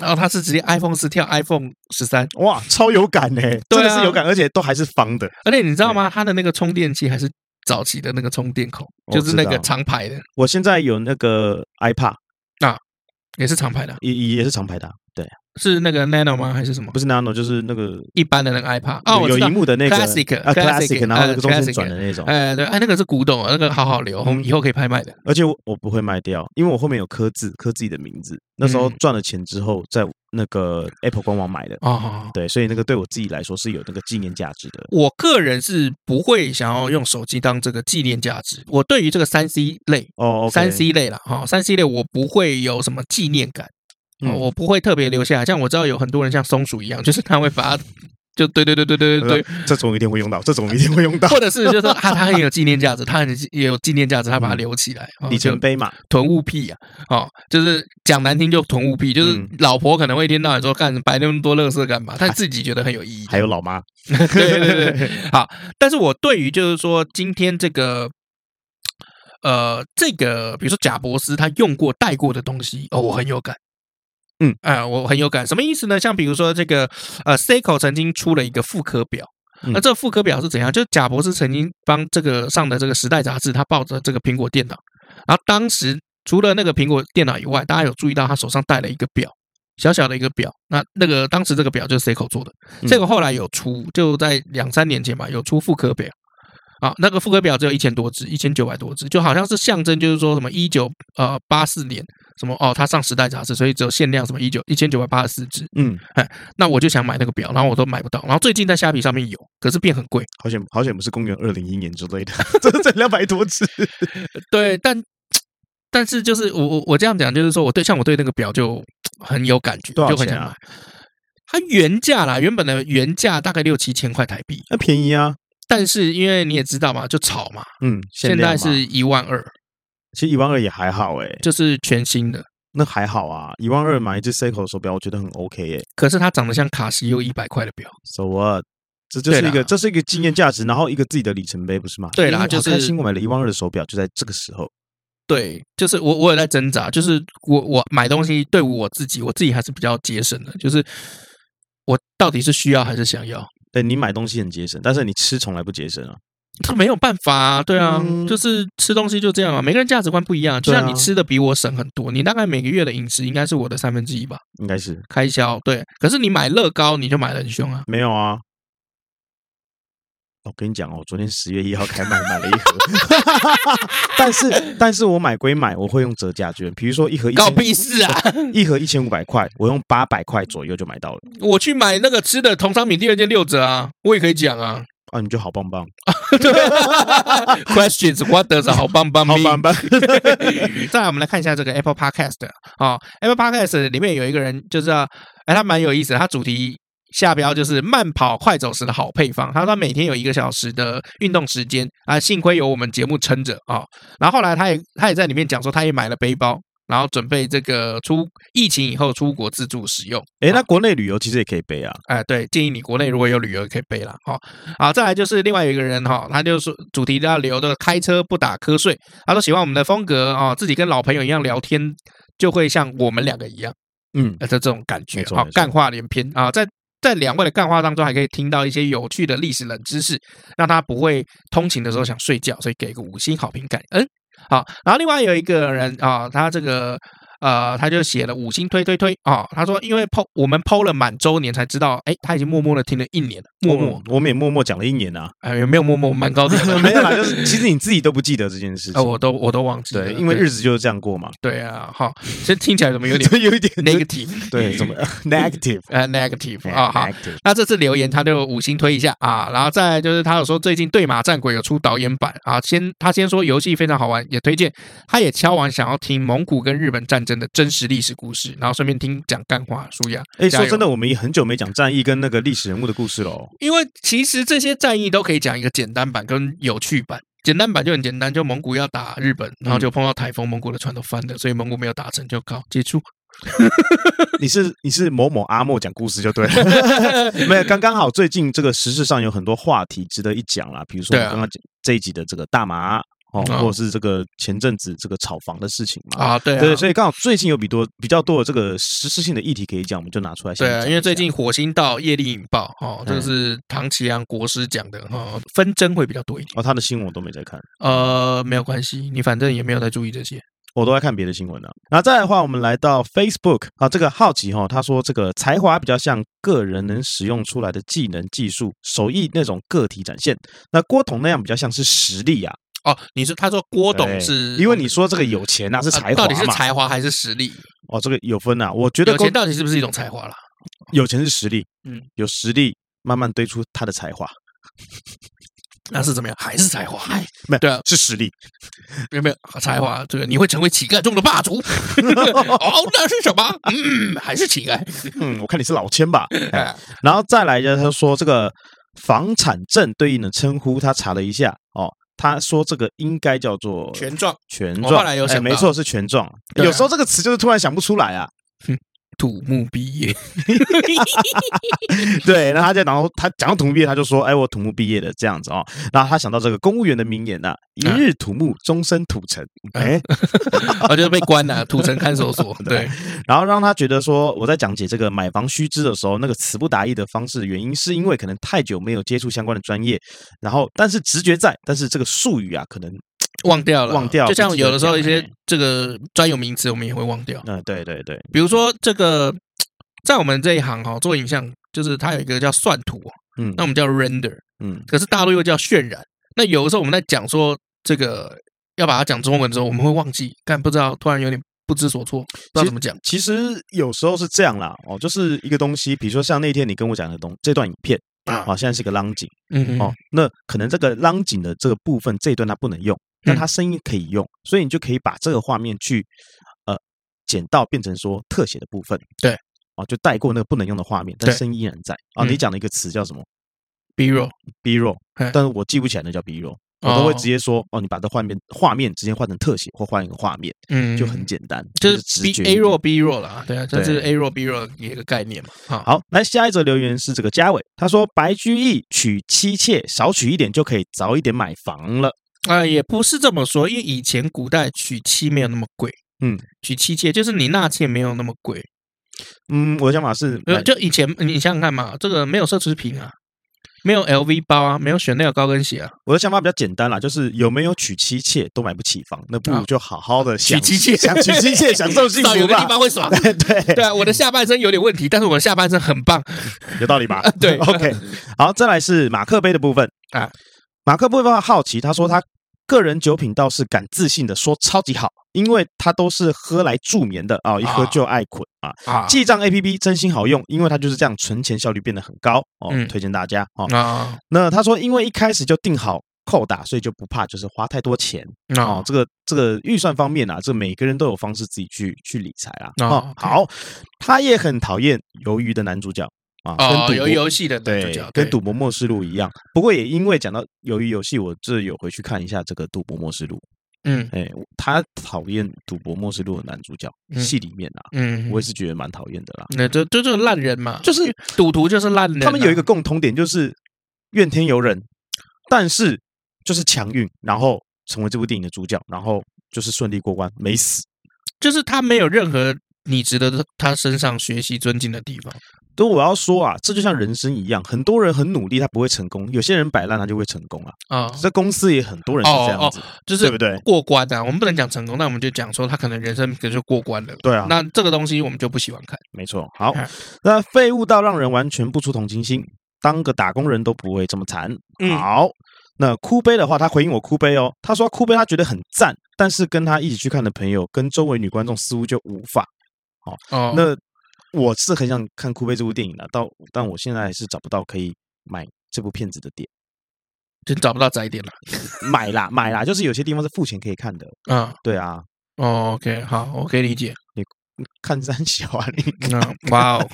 A: 然后他是直接 iPhone 四跳 iPhone 十三，
B: 哇，超有感呢、
A: 对啊
B: 真的是有感，而且都还是方的。
A: 而且你知道吗？它的那个充电器还是早期的那个充电口，
B: 我
A: 就是那
B: 知
A: 个
B: 道
A: 长牌的，
B: 我现在有那个 iPad，
A: 也是长牌的，
B: 也也是长牌的啊，对，
A: 是那个 Nano 吗？还是什么
B: 不？是 Nano，就是那个
A: 一般的那个 iPad 啊，我
B: 有
A: 知道
B: 荧。幕的那个
A: Classic，
B: 啊
A: Classic，
B: Classic，然后那个
A: 呃
B: 中间
A: Classic
B: 转的那哦嗯种。
A: 哎，对，哎，那个是古董，那个好好留，我们以后可以拍卖的。
B: 而且我我不会卖掉，因为我后面有刻字，刻自己的名字。那时候
A: 嗯
B: 赚了钱之后，在那个 Apple 官网买的，
A: 哦，
B: 对，所以那个对我自己来说是有那个纪念价值的。
A: 我个人是不会想要用手机当这个纪念价值。我对于这个三 C 类、
B: 哦，OK，
A: 三 C 类啦，哈，三 C 类我不会有什么纪念感，哦
B: 嗯
A: 我不会特别留下来。像我知道有很多人像松鼠一样，就是他会把它，就对对对对对对
B: [laughs]
A: 对，
B: 这种一定会用到，这种一定会用
A: [laughs]
B: 到。
A: 或者是就是说它它很有纪念价值，它很也有纪念价值，它把
B: 嗯
A: 它留起来，哦
B: 里程
A: 就
B: 碑嘛，
A: 囤物癖啊，哦，就是讲难听就囤物癖，就是
B: 嗯哎
A: 老婆可能会一天到晚说干摆那么多垃圾干嘛，但自己觉得很有意义。
B: 还有老妈，
A: [laughs] 对对对，好，但是我对于就是说今天这个。呃，这个比如说贾伯斯他用过带过的东西，哦，我很有感。
B: 嗯，
A: 啊、我很有感。什么意思呢？像比如说这个呃，Seiko 曾经出了一个复刻表，
B: 嗯
A: 那这个复刻表是怎样？就贾伯斯曾经帮这个上的这个《时代》杂志，他抱着这个苹果电脑，然后当时除了那个苹果电脑以外，大家有注意到他手上戴了一个表，小小的一个表。那那个当时这个表就是 Seiko 做的，
B: 嗯
A: 这个后来有出，就在两三年前吧，有出复刻表。啊，那个复刻表只有一千多只，一千九百多只，就好像是象征，就是说什么一九呃八四年什么哦，他上《时代》杂志，所以只有限量什么一九一千九百八十四只。
B: [laughs] 嗯，
A: 那我就想买那个表，然后我都买不到。然后最近在虾皮上面有，可是变很贵。
B: 好险好险不是公元二零一年之类的， [laughs] 这这两百多只，呃
A: 对，但但是就是我我我这样讲，就是说我对像我对那个表就很有感觉，
B: 多少
A: 就很
B: 钱
A: 想
B: 啊
A: 买。它原价啦，原本的原价大概六七千块台币，
B: [laughs] 那便宜啊，
A: 但是因为你也知道嘛，就炒嘛，
B: 嗯，
A: 现
B: 量
A: 在
B: 嘛
A: 是一万二，
B: 其实一万二也还好哎，
A: 就是全新的。
B: 那还好啊，一万二买一只 Seiko 手表，我觉得很 OK 哎
A: 可是它长得像卡西欧一百块的表，
B: ，So what？这就是
A: 对
B: 一个，
A: 啦
B: 这是一个纪念价值，然后一个自己的里程碑，不是吗？
A: 对啦
B: 哎我
A: 就是
B: 好开心我买了一万二的手表，就在这个时候。
A: 对，就是我我也在挣扎，就是我我买东西对我自己，我自己还是比较节省的，就是我到底是需要还是想要，
B: 对你买东西很节省，但是你吃从来不节省啊。
A: 他没有办法啊，对啊，
B: 嗯
A: 就是吃东西就这样啊，每个人价值观不一样，就像
B: 对啊
A: 你吃的比我省很多，你大概每个月的饮食应该是我的三分之一吧，
B: 应该是
A: 开销对，可是你买乐高你就买的很凶啊，
B: 没有啊，啊我跟你讲哦，我昨天十月一号开卖买了一盒， [laughs] 但是但是我买归买，我会用折价券，比如说一盒一
A: 搞
B: 千
A: 屁事啊！ [laughs]
B: 一盒一千五百块，我用八百块左右就买到了，
A: 我去买那个吃的同商品第二件六折啊，我也可以讲啊。
B: 啊，你就好棒棒，
A: 对 [laughs] ，questions what does 好棒棒
B: 好
A: mean？
B: 棒 [laughs] 棒，
A: [laughs] 再来，我们来看一下这个 Apple Podcast 啊、a p p l e Podcast 里面有一个人就是、啊，哎，他蛮有意思的，他主题下标就是慢跑快走时的好配方。他说他每天有一个小时的运动时间啊，幸亏有我们节目撑着啊、然后后来他也他也在里面讲说，他也买了背包，然后准备这个出疫情以后出国自助使用。
B: 哎，那国内旅游其实也可以背啊，
A: 哎，对，建议你国内如果有旅游可以背啦。好、好，再来就是另外有一个人哈、他就说主题要留的开车不打瞌睡，他说喜欢我们的风格哦，自己跟老朋友一样聊天，就会像我们两个一样，
B: 嗯，
A: 呃，这这种感觉
B: 没。错
A: 好、
B: 没错
A: 干话连篇啊、在在两位的干话当中，还可以听到一些有趣的历史冷知识，让他不会通勤的时候想睡觉，所以给个五星好评感恩。好，然后另外有一个人啊、他这个呃，他就写了五星推推推啊、他说因为 PO 我们 PO 了满周年才知道，哎，他已经默默的听了一年了，默默，
B: 我们也默默讲了一年啊，？
A: 哎，有没有默默蛮高的
B: [laughs] 没有啦，就是其实你自己都不记得这件事
A: 啊，
B: 情，
A: 我都我都忘记了，
B: 对，因为日子就是这样过嘛，
A: 对啊，好，其实听起来怎么
B: [laughs]
A: 有点
B: 有一点
A: negative，
B: 对，怎么 negative [laughs]
A: 呃 negative 啊，好，
B: negative，
A: 那这次留言他就五星推一下啊，然后再来就是他有说最近《对马战鬼》有出导演版啊，先他先说游戏非常好玩，也推荐，他也敲完想要听蒙古跟日本战争的真实历史故事，然后顺便听讲干话舒雅。
B: 哎，
A: 加油
B: 说真的，我们也很久没讲战役跟那个历史人物的故事哦喽，
A: 因为其实这些战役都可以讲一个简单版跟有趣版。简单版就很简单，就蒙古要打日本，然后就碰到台风，蒙古的船都翻了，所以蒙古没有打成就告结束。
B: 你是你是某某阿莫讲故事就对了。
A: [laughs]
B: 没有，刚刚好，最近这个时事上有很多话题值得一讲啦，比如说我
A: 对啊
B: 们刚刚讲这一集的这个大麻哦，
A: 嗯
B: 或者是这个前阵子这个炒房的事情嘛。
A: 啊，对啊，
B: 对，所以刚好最近有比多比较多的这个实施性的议题可以讲，我们就拿出来先
A: 对
B: 讲一
A: 啊，
B: 下。
A: 因为最近火星到业力引爆哦，这个是唐奇阳国师讲的哦，纷争会比较多一点。
B: 哦，他的新闻我都没在看，
A: 呃，没有关系，你反正也没有在注意这些。
B: 我都在看别的新闻呢、然后再来的话，我们来到 Facebook 啊，这个好奇哈、哦，他说这个才华比较像个人能使用出来的技能、技术、手艺那种个体展现，那郭董那样比较像是实力啊。
A: 哦，你说他说郭董
B: 对
A: 是
B: 因为你说这个有钱啊是
A: 啊
B: 才华
A: 到底是
B: 嘛？
A: 才华还是实力？
B: 哦，这个有分啊。我觉得
A: 有
B: 郭
A: 钱到底是不是一种才华啦？
B: 有钱是实力，
A: 嗯
B: 嗯，有实力慢慢堆出他的才华，
A: 那是怎么样？还是才华？
B: [laughs]
A: 哎
B: 没有
A: 对啊，
B: 是实力。
A: 有没有才华？这个你会成为乞丐中的霸
B: [laughs]
A: 主？哦，那是什么？嗯，还是乞丐？
B: 嗯，我看你是老
A: [laughs]
B: 千吧。哎
A: 哎，
B: 然后再来呢，他说这个房产证对应的称呼，他查了一下哦。他说：“这个应该叫做
A: 权状
B: 权
A: 我后
B: 状，
A: 来有
B: 哎
A: 想
B: 没
A: 到
B: 错是权状。
A: 对啊
B: 有时候这个词就是突然想不出来啊。
A: 土木毕业， [laughs]
B: 对，那他在然后他讲到土木毕业，他就说：‘哎，我土木毕业的这样子哦。’然后他想到这个公务员的名言呐、一
A: 嗯
B: 日土木，终身土城。’哎，
A: 啊，就是被关了，土城看守
B: [laughs]
A: 所。对，
B: 然后让他觉得说，我在讲解这个买房须知的时候，那个词不达意的方式，原因是因为可能太久没有接触相关的专业，然后但是直觉在，但是这个术语啊，可能
A: 忘掉了，
B: 忘掉
A: 就像有的时候一
B: 不记得
A: 些
B: 讲
A: 这个专有名词，我们也会忘掉。
B: 嗯、对对对，
A: 比如说这个，在我们这一行哈、做影像，就是它有一个叫算图哦，
B: 嗯
A: 那我们叫 render，
B: 嗯，
A: 可是大陆又叫渲染。那有的时候我们在讲说这个要把它讲中文的时候，我们会忘记，但不知道突然有点不知所措，不知道怎么讲。
B: 其实有时候是这样啦，哦，就是一个东西，比如说像那天你跟我讲的东这段影片。
A: 啊
B: 啊、现在是个浪景
A: 嗯，
B: 哦，那可能这个浪景的这个部分这一段它不能用，
A: 嗯
B: 但它声音可以用，所以你就可以把这个画面去呃剪到变成说特写的部分，
A: 对，
B: 哦，就带过那个不能用的画面，但
A: 对
B: 声音依然在啊。
A: 嗯
B: 你讲的一个词叫什么
A: b roll，
B: B roll，
A: 嘿
B: 但是我记不起来那叫 B roll，我都会
A: 哦
B: 直接说哦，你把这画面画面直接换成特写或换一个画面，
A: 嗯
B: 就很简单，
A: 就是
B: 直
A: B
B: 觉
A: A
B: 一点
A: roll B roll 啦，对啊，这是
B: 对
A: A roll B roll 一个概念嘛。好，
B: 好，来下一则留言是这个嘉伟，他说白居易娶妻妾，少娶一点就可以早一点买房了。
A: 啊，也不是这么说，因为以前古代娶妻没有那么贵，
B: 嗯，
A: 娶妻妾就是你纳妾没有那么贵，
B: 嗯，我的想法是买，
A: 呃，就以前你想想看嘛，这个没有奢侈品啊，没有 LV 包啊，没有 Chanel 高跟鞋啊，
B: 我的想法比较简单啦，就是有没有娶妻妾都买不起房，那不如就好好的
A: 娶妻妾
B: 想娶妻妾，享受幸
A: 到有
B: 福
A: 个地
B: 吧。
A: 方会爽。
B: 对 [laughs] 对，
A: 对啊，我的下半身有点问题，但是我的下半身很棒。
B: 有道理吧？
A: 对
B: ，OK。好，再来是马克杯的部分。
A: 啊。
B: 马克不会好奇，他说他个人酒品倒是敢自信的说超级好，因为他都是喝来助眠的啊，一喝
A: 啊
B: 就爱捆啊。
A: 啊
B: 记账 A P P 真心好用，因为它就是这样，存钱效率变得很高哦，
A: 嗯
B: 推荐大家哦。
A: 啊
B: 那他说，因为一开始就定好扣打，所以就不怕就是花太多钱哦。
A: 啊
B: 这个这个预算方面啊，这每个人都有方式自己去去理财啊。
A: 哦
B: 哦，
A: OK
B: 好，他也很讨厌鱿鱼的男主角啊，跟
A: 哦，
B: 赌
A: 游
B: 博
A: 游戏的男主
B: 对
A: 角，
B: 跟《赌博默示录》一样，不过也因为讲到鱿鱼游戏，我这有回去看一下这个《赌博默示录》。
A: 嗯
B: 哎，他讨厌《赌博默示录》的男主角，
A: 嗯
B: 戏里面啊，
A: 嗯，
B: 我也是觉得蛮讨厌的啦。
A: 那就就就是烂人嘛，
B: 就是
A: 赌徒就是烂人啊。
B: 他们有一个共同点，就是怨天尤
A: 嗯
B: 人，但是就是强运，然后成为这部电影的主角，然后就是顺利过关，没死。
A: 就是他没有任何你值得他身上学习尊敬的地方。
B: 都我要说啊，这就像人生一样，很多人很努力，他不会成功；有些人摆烂，他就会成功啊。
A: 啊、
B: 在公司也很多人是这样子，
A: 哦就
B: 对
A: 是
B: 不对？
A: 过关啊，我们不能讲成功，那我们就讲说他可能人生可能就过关了。
B: 对啊，
A: 那这个东西我们就不喜欢看。
B: 没错。好
A: 哎，
B: 那废物到让人完全不出同情心，当个打工人都不会这么惨。
A: 嗯
B: 好，那哭悲的话，他回应我哭悲哦，他说哭悲他觉得很赞，但是跟他一起去看的朋友跟周围女观众似乎就无法。
A: 哦，
B: 那我是很想看哭悲这部电影的，到但我现在还是找不到可以买这部片子的点，
A: 就找不到载点了。
B: 买啦买啦，就是有些地方是付钱可以看的。
A: 啊、
B: 对啊，嗯
A: 哦，OK，好，我可以理解。
B: 看三小啊你。
A: 那、哇哦，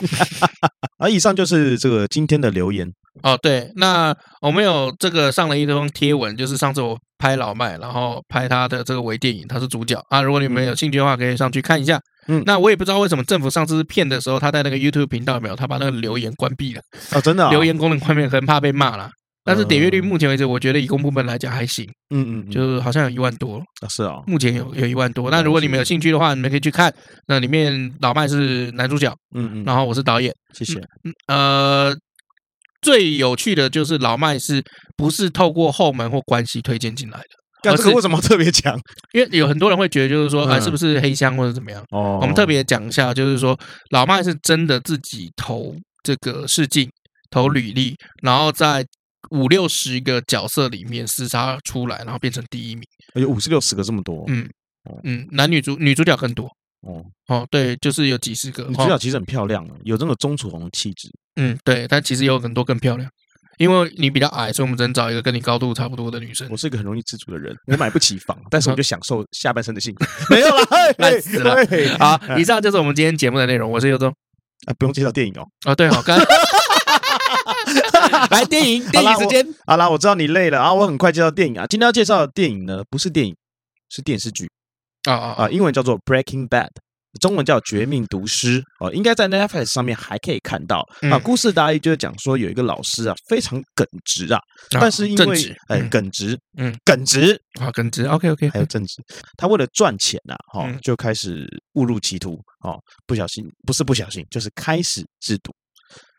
B: 啊，以上就是这个今天的留言。
A: 哦对，那我们有这个上了一封贴文，就是上次我拍老麦，然后拍他的这个微电影，他是主角啊。如果你们有兴趣的话，可以上去看一下。
B: 嗯
A: 那我也不知道为什么政府上次骗的时候，他在那个 YouTube 频道有没有，他把那个留言关闭了。
B: 哦，真的、
A: [laughs]
B: 啊、嗯
A: 留，言功能方面很怕被骂啦。但是点阅率目前为止，我觉得以公部门来讲还行，
B: 嗯嗯，嗯
A: 就是好像有一万多，
B: 啊是哦，
A: 目前有有一万多。那如果你们有兴趣的话，你们可以去看。那里面老麦是男主角，
B: 嗯嗯，
A: 然后我是导演。
B: 谢谢。
A: 呃，最有趣的就是老麦是不是透过后门或关系推荐进来的？
B: 干
A: 而
B: 这个
A: 是
B: 为什么要特别讲？
A: 因为有很多人会觉得就是说，
B: 嗯
A: 呃，是不是黑箱或者怎么样？
B: 哦
A: 我们特别讲一下，就是说老麦是真的自己投这个试镜、投履历，然后在五六十个角色里面厮杀出来，然后变成第一名。
B: 有五十六十个这么多，
A: 嗯嗯，男女主女主角更多
B: 哦，
A: 哦，对，就是有几十个。
B: 女主角
A: 哦、
B: 其实很漂亮，啊有那种钟楚红的气质。
A: 嗯，对，但其实有很多更漂亮。因为你比较矮，所以我们只能找一个跟你高度差不多的女生
B: 我。是一个很容易知足的人，我买不起 [laughs] 房，但是我就享受下半生的幸 [laughs] 福。没有啦，嘿
A: 烂死了
B: 嘿啊
A: [laughs] 好，以上就是我们今天节目的内容。我是尤忠。
B: 不用介绍电影哦。
A: 哦，对，
B: [laughs]
A: 好，刚来电影电影时间。
B: 好啦，我知道你累了啊，我很快介绍电影啊。今天要介绍的电影呢，不是电影，是电视剧
A: 啊啊
B: 啊，英文叫做《Breaking Bad》。中文叫《绝命毒师》哦，应该在 Netflix 上面还可以看到啊。
A: 嗯
B: 故事大意就是讲说有一个老师啊，非常耿直啊，
A: 啊！
B: 但是因
A: 正
B: 为
A: 直
B: 哎
A: 嗯
B: 耿直，
A: 嗯，
B: 耿直，
A: 啊，耿直，OK OK，
B: 还有正直，他为了赚钱呐、哈、
A: 嗯
B: 就开始误入歧途，哦，不小心不是不小心，就是开始制毒。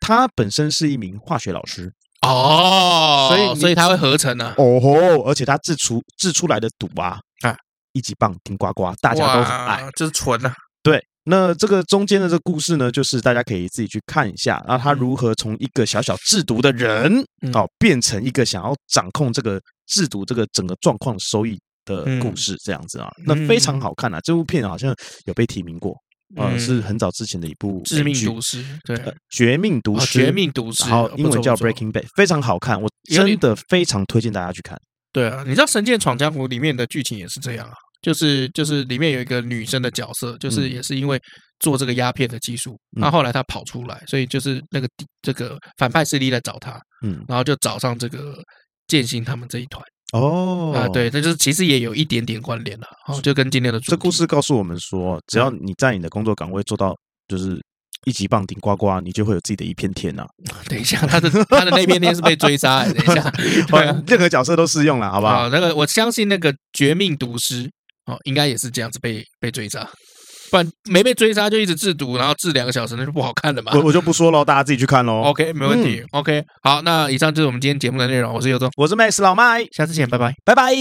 B: 他本身是一名化学老师，
A: 哦，
B: 所以你
A: 所以它会合成啊，
B: 哦吼，而且他制出制出来的毒啊，
A: 啊，
B: 一级棒，顶呱呱，大家都很爱。
A: 哇，就是纯啊，
B: 对，那这个中间的这故事呢，就是大家可以自己去看一下，然后他如何从一个小小制毒的人、
A: 嗯
B: 哦，变成一个想要掌控这个制毒这个整个状况的收益的故
A: 嗯
B: 事，这样子啊，那非常好看啊！这部片好像有被提名过，呃，
A: 嗯
B: 是很早之前的一部美
A: 致命
B: 剧
A: 毒师，对，
B: 呃绝命毒
A: 哦
B: 师，
A: 绝命毒师，
B: 然后
A: 哦
B: 英文叫。
A: 不错不错
B: Breaking Bad，非常好看，我
A: 有
B: 真
A: 点
B: 的非常推荐大家去看。
A: 对啊，你知道《神剑闯江湖》里面的剧情也是这样啊，就是就是里面有一个女生的角色，就是
B: 嗯
A: 也是因为做这个鸦片的技术，
B: 嗯
A: 那后来她跑出来，所以就是那个地这个反派势力来找她，
B: 嗯，
A: 然后就找上这个剑心他们这一团
B: 哦，
A: 啊，对，，这就是其实也有一点点关联了，哦，就跟今天的主
B: 这故
A: 题
B: 事告诉我们说，只要你在你的工作岗位做到就是一级棒顶呱呱，你就会有自己的一片天呐、
A: 等一下，他的他的那边天是被追杀、欸。等
B: [laughs]
A: 一下，对啊，
B: 任何角色都适用了，好不好？
A: 啊，那个我相信那个绝命毒师哦，应该也是这样子被被追杀，不然没被追杀就一直制毒，然后制两个小时，那就不好看了嘛
B: 我。我就不说嗯喽，大家自己去看喽。
A: OK，没问题。OK，好，那以上就是我们今天节目的内容。我是尤忠，
B: 我是 Max 老麦，
A: 下次见，拜拜。
B: 拜拜。